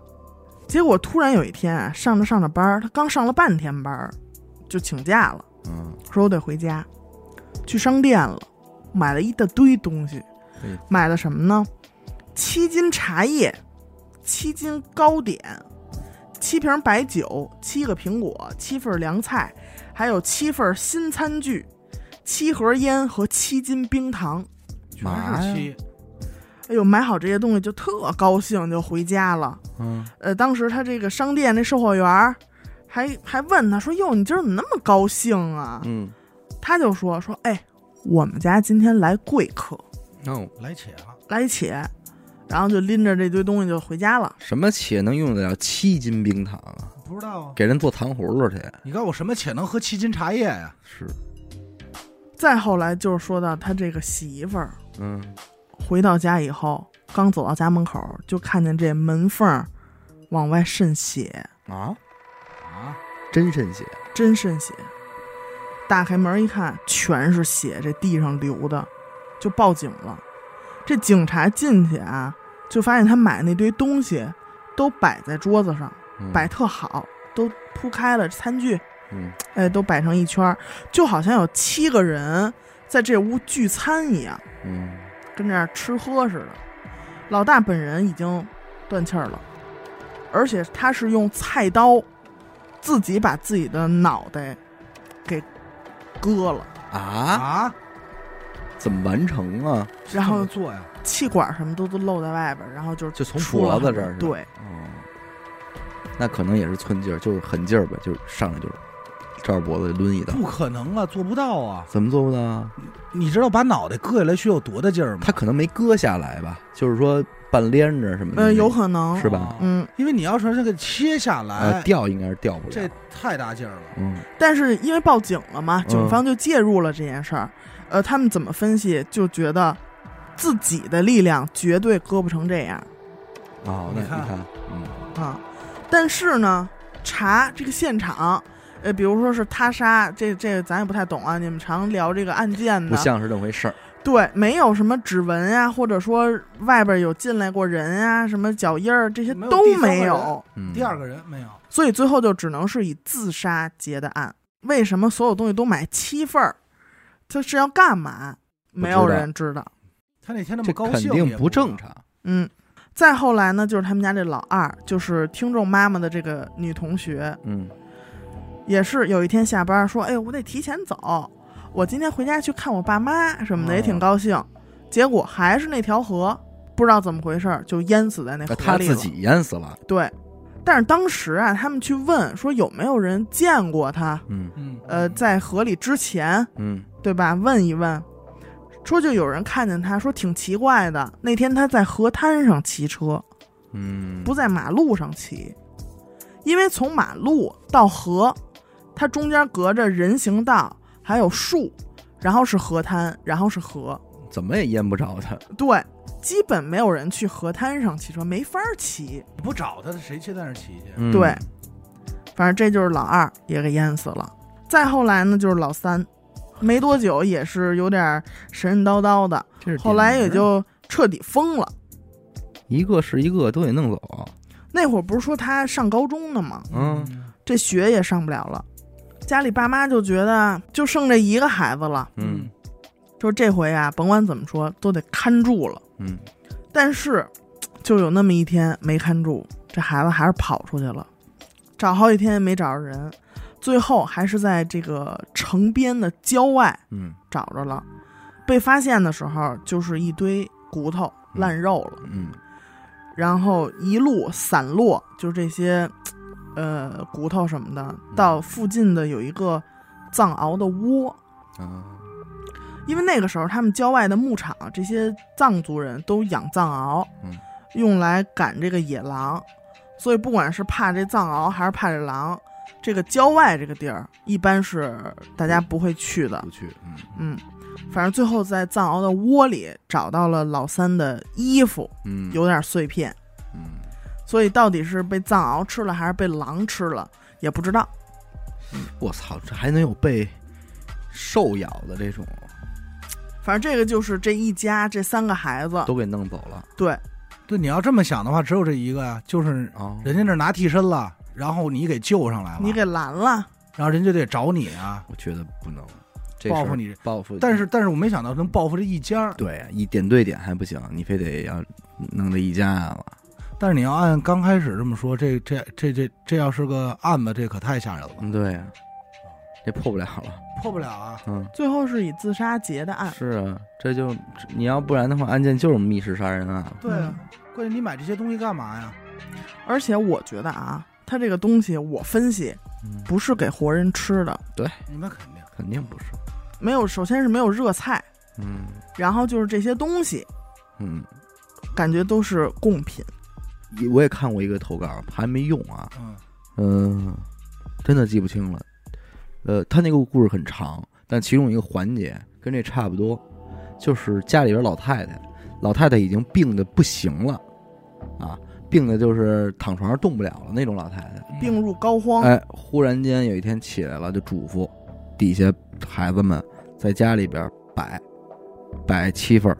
[SPEAKER 3] 结果突然有一天啊，上着上着班儿，他刚上了半天班儿，就请假了，
[SPEAKER 1] 嗯，
[SPEAKER 3] 说我得回家，去商店了，买了一大堆东西
[SPEAKER 1] 哎，
[SPEAKER 3] 买了什么呢？七斤茶叶，七斤糕点，七瓶白酒，七个苹果，七份凉菜，还有七份新餐具，七盒烟和七斤冰糖。
[SPEAKER 1] 嘛
[SPEAKER 2] 全是七，
[SPEAKER 3] 哎呦，买好这些东西就特高兴，就回家了。
[SPEAKER 1] 嗯
[SPEAKER 3] 呃，当时他这个商店那售货员儿还还问他说：“哟，你今儿怎么那么高兴啊？”
[SPEAKER 1] 嗯，
[SPEAKER 3] 他就说：“说哎，我们家今天来贵客，
[SPEAKER 1] 哦，
[SPEAKER 2] 来且了，
[SPEAKER 3] 来且。”然后就拎着这堆东西就回家了。
[SPEAKER 1] 什么且能用得了七斤冰糖啊？
[SPEAKER 2] 不知道啊。
[SPEAKER 1] 给人做糖葫芦去
[SPEAKER 2] 你告诉我什么且能喝七斤茶叶呀？
[SPEAKER 1] 是，
[SPEAKER 3] 再后来就是说到他这个媳妇儿
[SPEAKER 1] 嗯
[SPEAKER 3] 回到家以后，刚走到家门口儿，就看见这门缝儿往外渗血，
[SPEAKER 1] 啊，
[SPEAKER 2] 啊，
[SPEAKER 1] 真渗血，
[SPEAKER 3] 真渗血。打开门一看，全是血，这地上流的，就报警了。这警察进去啊，就发现他买那堆东西都摆在桌子上，
[SPEAKER 1] 嗯
[SPEAKER 3] 摆特好，都铺开了餐具，
[SPEAKER 1] 嗯
[SPEAKER 3] 哎，都摆成一圈儿，就好像有七个人在这屋聚餐一样，
[SPEAKER 1] 嗯
[SPEAKER 3] 跟这儿吃喝似的。老大本人已经断气儿了，而且他是用菜刀自己把自己的脑袋给割了，
[SPEAKER 1] 啊，
[SPEAKER 2] 啊，
[SPEAKER 1] 怎么完成啊？
[SPEAKER 3] 然后
[SPEAKER 2] 这么做呀，
[SPEAKER 3] 气管什么都都露在外边儿，然后就是
[SPEAKER 1] 就从
[SPEAKER 3] 出
[SPEAKER 1] 脖
[SPEAKER 3] 了
[SPEAKER 1] 子这儿是吧
[SPEAKER 3] 很对，
[SPEAKER 1] 哦，那可能也是寸劲儿，就是狠劲儿吧，就是上来就是照着脖子抡一刀，
[SPEAKER 2] 不可能啊，做不到啊！
[SPEAKER 1] 怎么做不到啊？
[SPEAKER 2] 你知道把脑袋割下来需要多大劲儿吗？
[SPEAKER 1] 他可能没割下来吧，就是说半连着什么的那种，
[SPEAKER 3] 呃，有可能
[SPEAKER 1] 嗯是吧
[SPEAKER 3] 嗯，
[SPEAKER 2] 啊因为你要是这个切下
[SPEAKER 1] 呃
[SPEAKER 2] 来，
[SPEAKER 1] 掉应该是掉不
[SPEAKER 2] 这
[SPEAKER 1] 了，
[SPEAKER 2] 太大劲儿了。
[SPEAKER 1] 嗯
[SPEAKER 3] 但是因为报警了嘛，
[SPEAKER 1] 嗯
[SPEAKER 3] 警方就介入了这件事儿。呃，他们怎么分析，就觉得自己的力量绝对割不成这样
[SPEAKER 1] 哦，那
[SPEAKER 2] 你看
[SPEAKER 1] 你看，嗯
[SPEAKER 3] 啊。但是呢，查这个现场，呃，比如说是他杀，这这咱也不太懂啊。你们常聊这个案件
[SPEAKER 1] 不
[SPEAKER 3] 的，
[SPEAKER 1] 像是那么回事儿，
[SPEAKER 3] 对，没有什么指纹啊，或者说外边有进来过人啊，什么脚印儿这些
[SPEAKER 2] 没有
[SPEAKER 3] 都
[SPEAKER 2] 第三个
[SPEAKER 3] 没
[SPEAKER 2] 人
[SPEAKER 3] 有。
[SPEAKER 1] 嗯，
[SPEAKER 2] 第二个人没有，
[SPEAKER 3] 所以最后就只能是以自杀结的案。为什么所有东西都买七份儿？这是要干嘛？没有人知道。
[SPEAKER 2] 他那天那
[SPEAKER 1] 这
[SPEAKER 2] 么高
[SPEAKER 1] 肯
[SPEAKER 2] 兴，
[SPEAKER 1] 定不正。常，
[SPEAKER 3] 嗯，再后来呢，就是他们家这老二，就是听众妈妈的这个女同学，
[SPEAKER 1] 嗯
[SPEAKER 3] 也是有一天下班说：“哎，我得提前走，我今天回家去看我爸妈什么的，
[SPEAKER 1] 哦
[SPEAKER 3] 也挺高兴。”结果还是那条河，不知道怎么回事儿就淹死在那
[SPEAKER 1] 那
[SPEAKER 3] 河
[SPEAKER 1] 他
[SPEAKER 3] 里
[SPEAKER 1] 自
[SPEAKER 3] 了。
[SPEAKER 1] 己淹死了，
[SPEAKER 3] 对，但是当时啊，他们去问说有没有人见过他，
[SPEAKER 1] 嗯
[SPEAKER 2] 嗯，
[SPEAKER 3] 呃，在河里之前，
[SPEAKER 1] 嗯
[SPEAKER 3] 对吧？问一问，说就有人看见他，说挺奇怪的。那天他在河滩上骑车，
[SPEAKER 1] 嗯，
[SPEAKER 3] 不在马路上骑，因为从马路到河，它中间隔着人行道，还有树，然后是河滩，然后是河，
[SPEAKER 1] 怎么也淹不着他，
[SPEAKER 3] 对，基本没有人去河滩上骑车，没法儿骑。
[SPEAKER 2] 你不找他，谁去在那儿骑去？
[SPEAKER 1] 嗯
[SPEAKER 3] 对，反正这就是老二也给淹死了。再后来呢，就是老三，没多久也是有点神神叨叨的，
[SPEAKER 1] 这是
[SPEAKER 3] 后来
[SPEAKER 1] 典
[SPEAKER 3] 也
[SPEAKER 1] 型
[SPEAKER 3] 就彻底疯了。
[SPEAKER 1] 一个是一个都得弄走，
[SPEAKER 3] 那会儿不是说他上高中呢吗？
[SPEAKER 1] 嗯，
[SPEAKER 3] 这学也上不了了，家里爸妈就觉得就剩这一个孩子了，
[SPEAKER 1] 嗯
[SPEAKER 3] 说这回啊，甭管怎么说都得看住了。
[SPEAKER 1] 嗯
[SPEAKER 3] 但是就有那么一天没看住，这孩子还是跑出去了，找好几天也没找着人，最后还是在这个城边的郊外
[SPEAKER 1] 嗯
[SPEAKER 3] 找着了。被发现的时候，就是一堆骨头、
[SPEAKER 1] 嗯
[SPEAKER 3] 烂肉了。
[SPEAKER 1] 嗯
[SPEAKER 3] 然后一路散落，就是这些，呃，骨头什么的，
[SPEAKER 1] 嗯
[SPEAKER 3] 到附近的有一个藏獒的窝，
[SPEAKER 1] 啊，
[SPEAKER 3] 因为那个时候他们郊外的牧场，这些藏族人都养藏獒，
[SPEAKER 1] 嗯
[SPEAKER 3] 用来赶这个野狼，所以不管是怕这藏獒还是怕这狼，这个郊外这个地儿一般是大家不会去的
[SPEAKER 1] 不，去，嗯
[SPEAKER 3] 嗯，反正最后在藏獒的窝里找到了老三的衣服，
[SPEAKER 1] 嗯
[SPEAKER 3] 有点碎片。
[SPEAKER 1] 嗯
[SPEAKER 3] 所以到底是被藏獒吃了还是被狼吃了也不知道。
[SPEAKER 1] 我操，这还能有被兽咬的这种
[SPEAKER 3] 反正这个就是这一家这三个孩子，
[SPEAKER 1] 都给弄走了
[SPEAKER 3] 对，
[SPEAKER 2] 对，你要这么想的话，只有这一个呀，就是
[SPEAKER 1] 啊，
[SPEAKER 2] 人家那儿拿替身了，然后你给救上来了，
[SPEAKER 3] 你给拦了，
[SPEAKER 2] 然后人家就得找你啊，
[SPEAKER 1] 我觉得不能这
[SPEAKER 2] 报
[SPEAKER 1] 事
[SPEAKER 2] 复
[SPEAKER 1] 儿
[SPEAKER 2] 你。
[SPEAKER 1] 报复，
[SPEAKER 2] 但是但是我没想到能报复这一家儿，
[SPEAKER 1] 对啊一点对点还不行，你非得要弄这一家了，
[SPEAKER 2] 但是你要按刚开始这么说，这这这这这要是个案子，这可太吓人了吧，
[SPEAKER 1] 嗯，对呀，这破不了了，
[SPEAKER 2] 破不了啊。
[SPEAKER 1] 嗯，
[SPEAKER 3] 最后是以自杀结的案。
[SPEAKER 1] 是啊，这就你要不然的话，案件就是密室杀人案了，
[SPEAKER 2] 对啊，关键你买这些东西干嘛呀？
[SPEAKER 3] 而且我觉得啊，他这个东西我分析
[SPEAKER 1] 嗯，
[SPEAKER 3] 不是给活人吃的，
[SPEAKER 2] 那肯定，
[SPEAKER 1] 肯定不是，
[SPEAKER 3] 没有，首先是没有热菜，
[SPEAKER 1] 嗯
[SPEAKER 3] 然后就是这些东西
[SPEAKER 1] 嗯，
[SPEAKER 3] 感觉都是贡品。
[SPEAKER 1] 我也看过一个投稿，还没用啊，
[SPEAKER 2] 嗯，
[SPEAKER 1] 嗯，真的记不清了。呃，他那个故事很长，但其中一个环节跟这差不多，就是家里边老太太，老太太已经病的不行了，啊，病的就是躺床上动不了了那种老太太。
[SPEAKER 3] 病入膏肓，
[SPEAKER 1] 哎，忽然间有一天起来了，就嘱咐底下孩子们在家里边摆摆七份儿，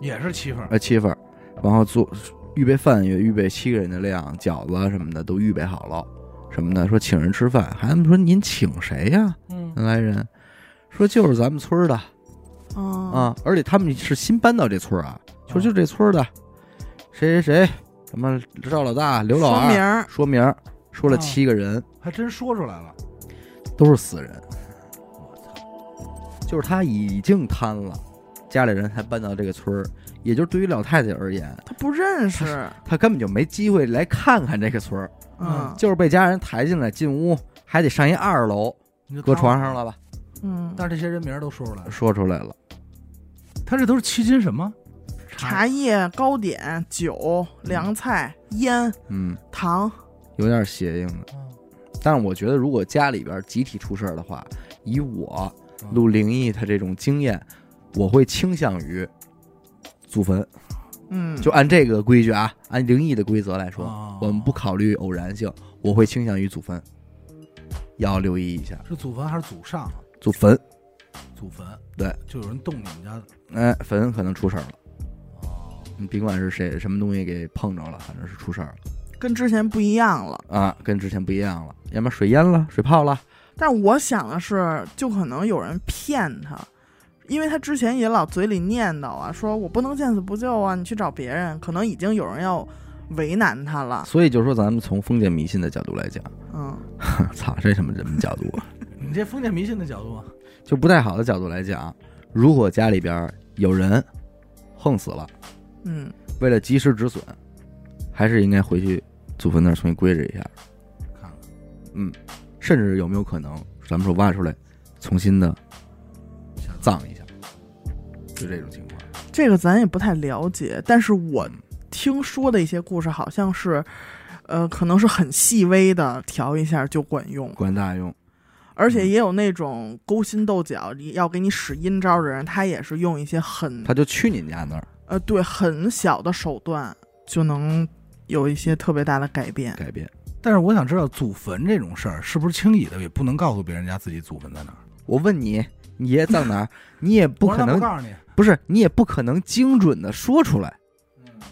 [SPEAKER 2] 也是七分儿，
[SPEAKER 1] 呃七份儿，然后做预备饭也预备七个人的量，饺子啊什么的都预备好了，什么的说请人吃饭，孩子们说您请谁呀、
[SPEAKER 2] 嗯
[SPEAKER 1] 来人说就是咱们村儿的
[SPEAKER 3] 嗯
[SPEAKER 1] 啊，而且他们是新搬到这村儿啊，说就这村儿的，谁谁谁，什么赵老大、刘老
[SPEAKER 3] 说明
[SPEAKER 1] 二，
[SPEAKER 3] 儿嗯
[SPEAKER 1] 说明儿，说了
[SPEAKER 2] 啊
[SPEAKER 1] 七个人，
[SPEAKER 2] 还真说出来了。
[SPEAKER 1] 都是死人。就是他已经瘫了，家里人才搬到这个村儿，也就是对于老太太而言，
[SPEAKER 3] 他不认识，
[SPEAKER 1] 她根本就没机会来看看这个村儿，
[SPEAKER 3] 嗯
[SPEAKER 1] 就是被家人抬进来进屋，还得上一二楼，
[SPEAKER 2] 你就
[SPEAKER 1] 搁
[SPEAKER 2] 看
[SPEAKER 1] 床上了吧？
[SPEAKER 3] 嗯，
[SPEAKER 2] 但是这些人名儿都说出来了，
[SPEAKER 1] 啊说出来了，
[SPEAKER 2] 他这都是七斤什么？
[SPEAKER 3] 茶叶、糕点、酒、凉菜、烟、
[SPEAKER 1] 嗯，
[SPEAKER 3] 糖，
[SPEAKER 1] 有点邪性的。但是我觉得，如果家里边集体出事儿的话，以我
[SPEAKER 2] 嗯
[SPEAKER 1] 录灵异的这种经验，我会倾向于祖坟，
[SPEAKER 3] 嗯，
[SPEAKER 1] 就按这个规矩啊，按灵异的规则来说，
[SPEAKER 2] 啊
[SPEAKER 1] 我们不考虑偶然性，我会倾向于祖坟，要留意一下
[SPEAKER 2] 是祖坟还是祖上啊？
[SPEAKER 1] 祖坟，
[SPEAKER 2] 祖坟
[SPEAKER 1] 对，
[SPEAKER 2] 就有人动你们家的。
[SPEAKER 1] 哎，坟可能出事儿了。
[SPEAKER 2] 哦，
[SPEAKER 1] 你甭管是谁什么东西给碰着了，反正是出事儿
[SPEAKER 3] 跟之前不一样了。
[SPEAKER 1] 了啊，跟之前不一样了，要么水淹了、水泡了，
[SPEAKER 3] 但是我想的是，就可能有人骗他，因为他之前也老嘴里念叨啊，说我不能见死不救啊，你去找别人，可能已经有人要为难他了。
[SPEAKER 1] 所以就说咱们从封建迷信的角度来讲，
[SPEAKER 3] 嗯，
[SPEAKER 1] 操，这什么什么角度啊？
[SPEAKER 2] 你这封建迷信的角度啊，
[SPEAKER 1] 就不太好的角度来讲，如果家里边儿有人横死了，
[SPEAKER 3] 嗯，
[SPEAKER 1] 为了及时止损，还是应该回去祖坟那儿重新归置一下，嗯
[SPEAKER 2] 看看
[SPEAKER 1] 甚至有没有可能咱们说挖出来，重新的
[SPEAKER 2] 下次
[SPEAKER 1] 葬一下，就这种情况。
[SPEAKER 3] 这个咱也不太了解，但是我
[SPEAKER 1] 嗯
[SPEAKER 3] 听说的一些故事好像是，呃，可能是很细微的，调一下就管用，
[SPEAKER 1] 管大用，
[SPEAKER 3] 而且
[SPEAKER 1] 嗯
[SPEAKER 3] 也有那种勾心斗角要给你使阴招的人，他也是用一些很
[SPEAKER 1] 他就去你们家那儿
[SPEAKER 3] 呃，对，很小的手段就能有一些特别大的改变。
[SPEAKER 1] 改变。
[SPEAKER 2] 但是我想知道祖坟这种事儿是不是轻易的，也不能告诉别人家自己祖坟在哪儿。
[SPEAKER 1] 我问你，你爷葬哪儿？你也不
[SPEAKER 2] 我
[SPEAKER 1] 可
[SPEAKER 2] 让他
[SPEAKER 1] 能
[SPEAKER 2] 不，告诉你。
[SPEAKER 1] 不是你也不可能精准的说出来。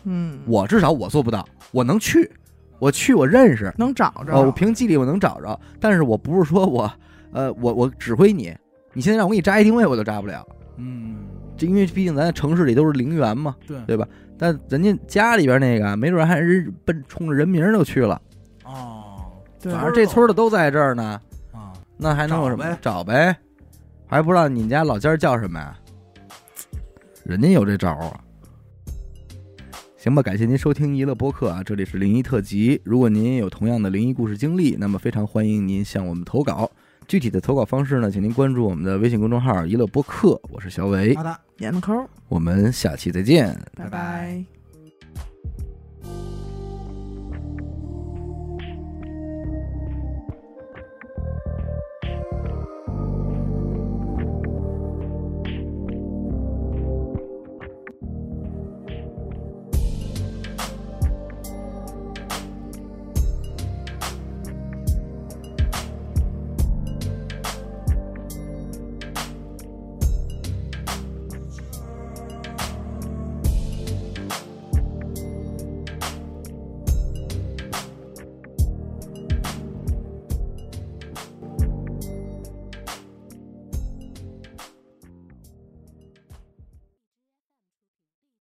[SPEAKER 3] 嗯，
[SPEAKER 1] 我至少我做不到，我能去，我去我认识，
[SPEAKER 3] 能找着。
[SPEAKER 1] 哦，我凭记忆力我能找着，但是我不是说我，呃，我我指挥你，你现在让我给你扎一定位我都扎不了，
[SPEAKER 2] 嗯，
[SPEAKER 1] 这因为毕竟咱在城市里都是陵园嘛，
[SPEAKER 2] 对
[SPEAKER 1] 对吧？但人家家里边那个，没准还是奔冲着人名儿就去了，
[SPEAKER 2] 哦
[SPEAKER 3] 对
[SPEAKER 1] 反正这村儿的都在这儿呢，
[SPEAKER 2] 啊，
[SPEAKER 1] 那还能有什
[SPEAKER 2] 找
[SPEAKER 1] 么
[SPEAKER 2] 呗？
[SPEAKER 1] 找呗，还不知道你们家老家叫什么呀？人家有这招啊。行吧，感谢您收听娱乐播客啊，这里是灵异特辑。如果您也有同样的灵异故事经历，那么非常欢迎您向我们投稿。具体的投稿方式呢，请您关注我们的微信公众号“娱乐播客”，我是小伟
[SPEAKER 2] 好，的。
[SPEAKER 3] 眼子抠儿，
[SPEAKER 1] 我们下期再见。
[SPEAKER 2] 拜
[SPEAKER 3] 拜
[SPEAKER 2] 拜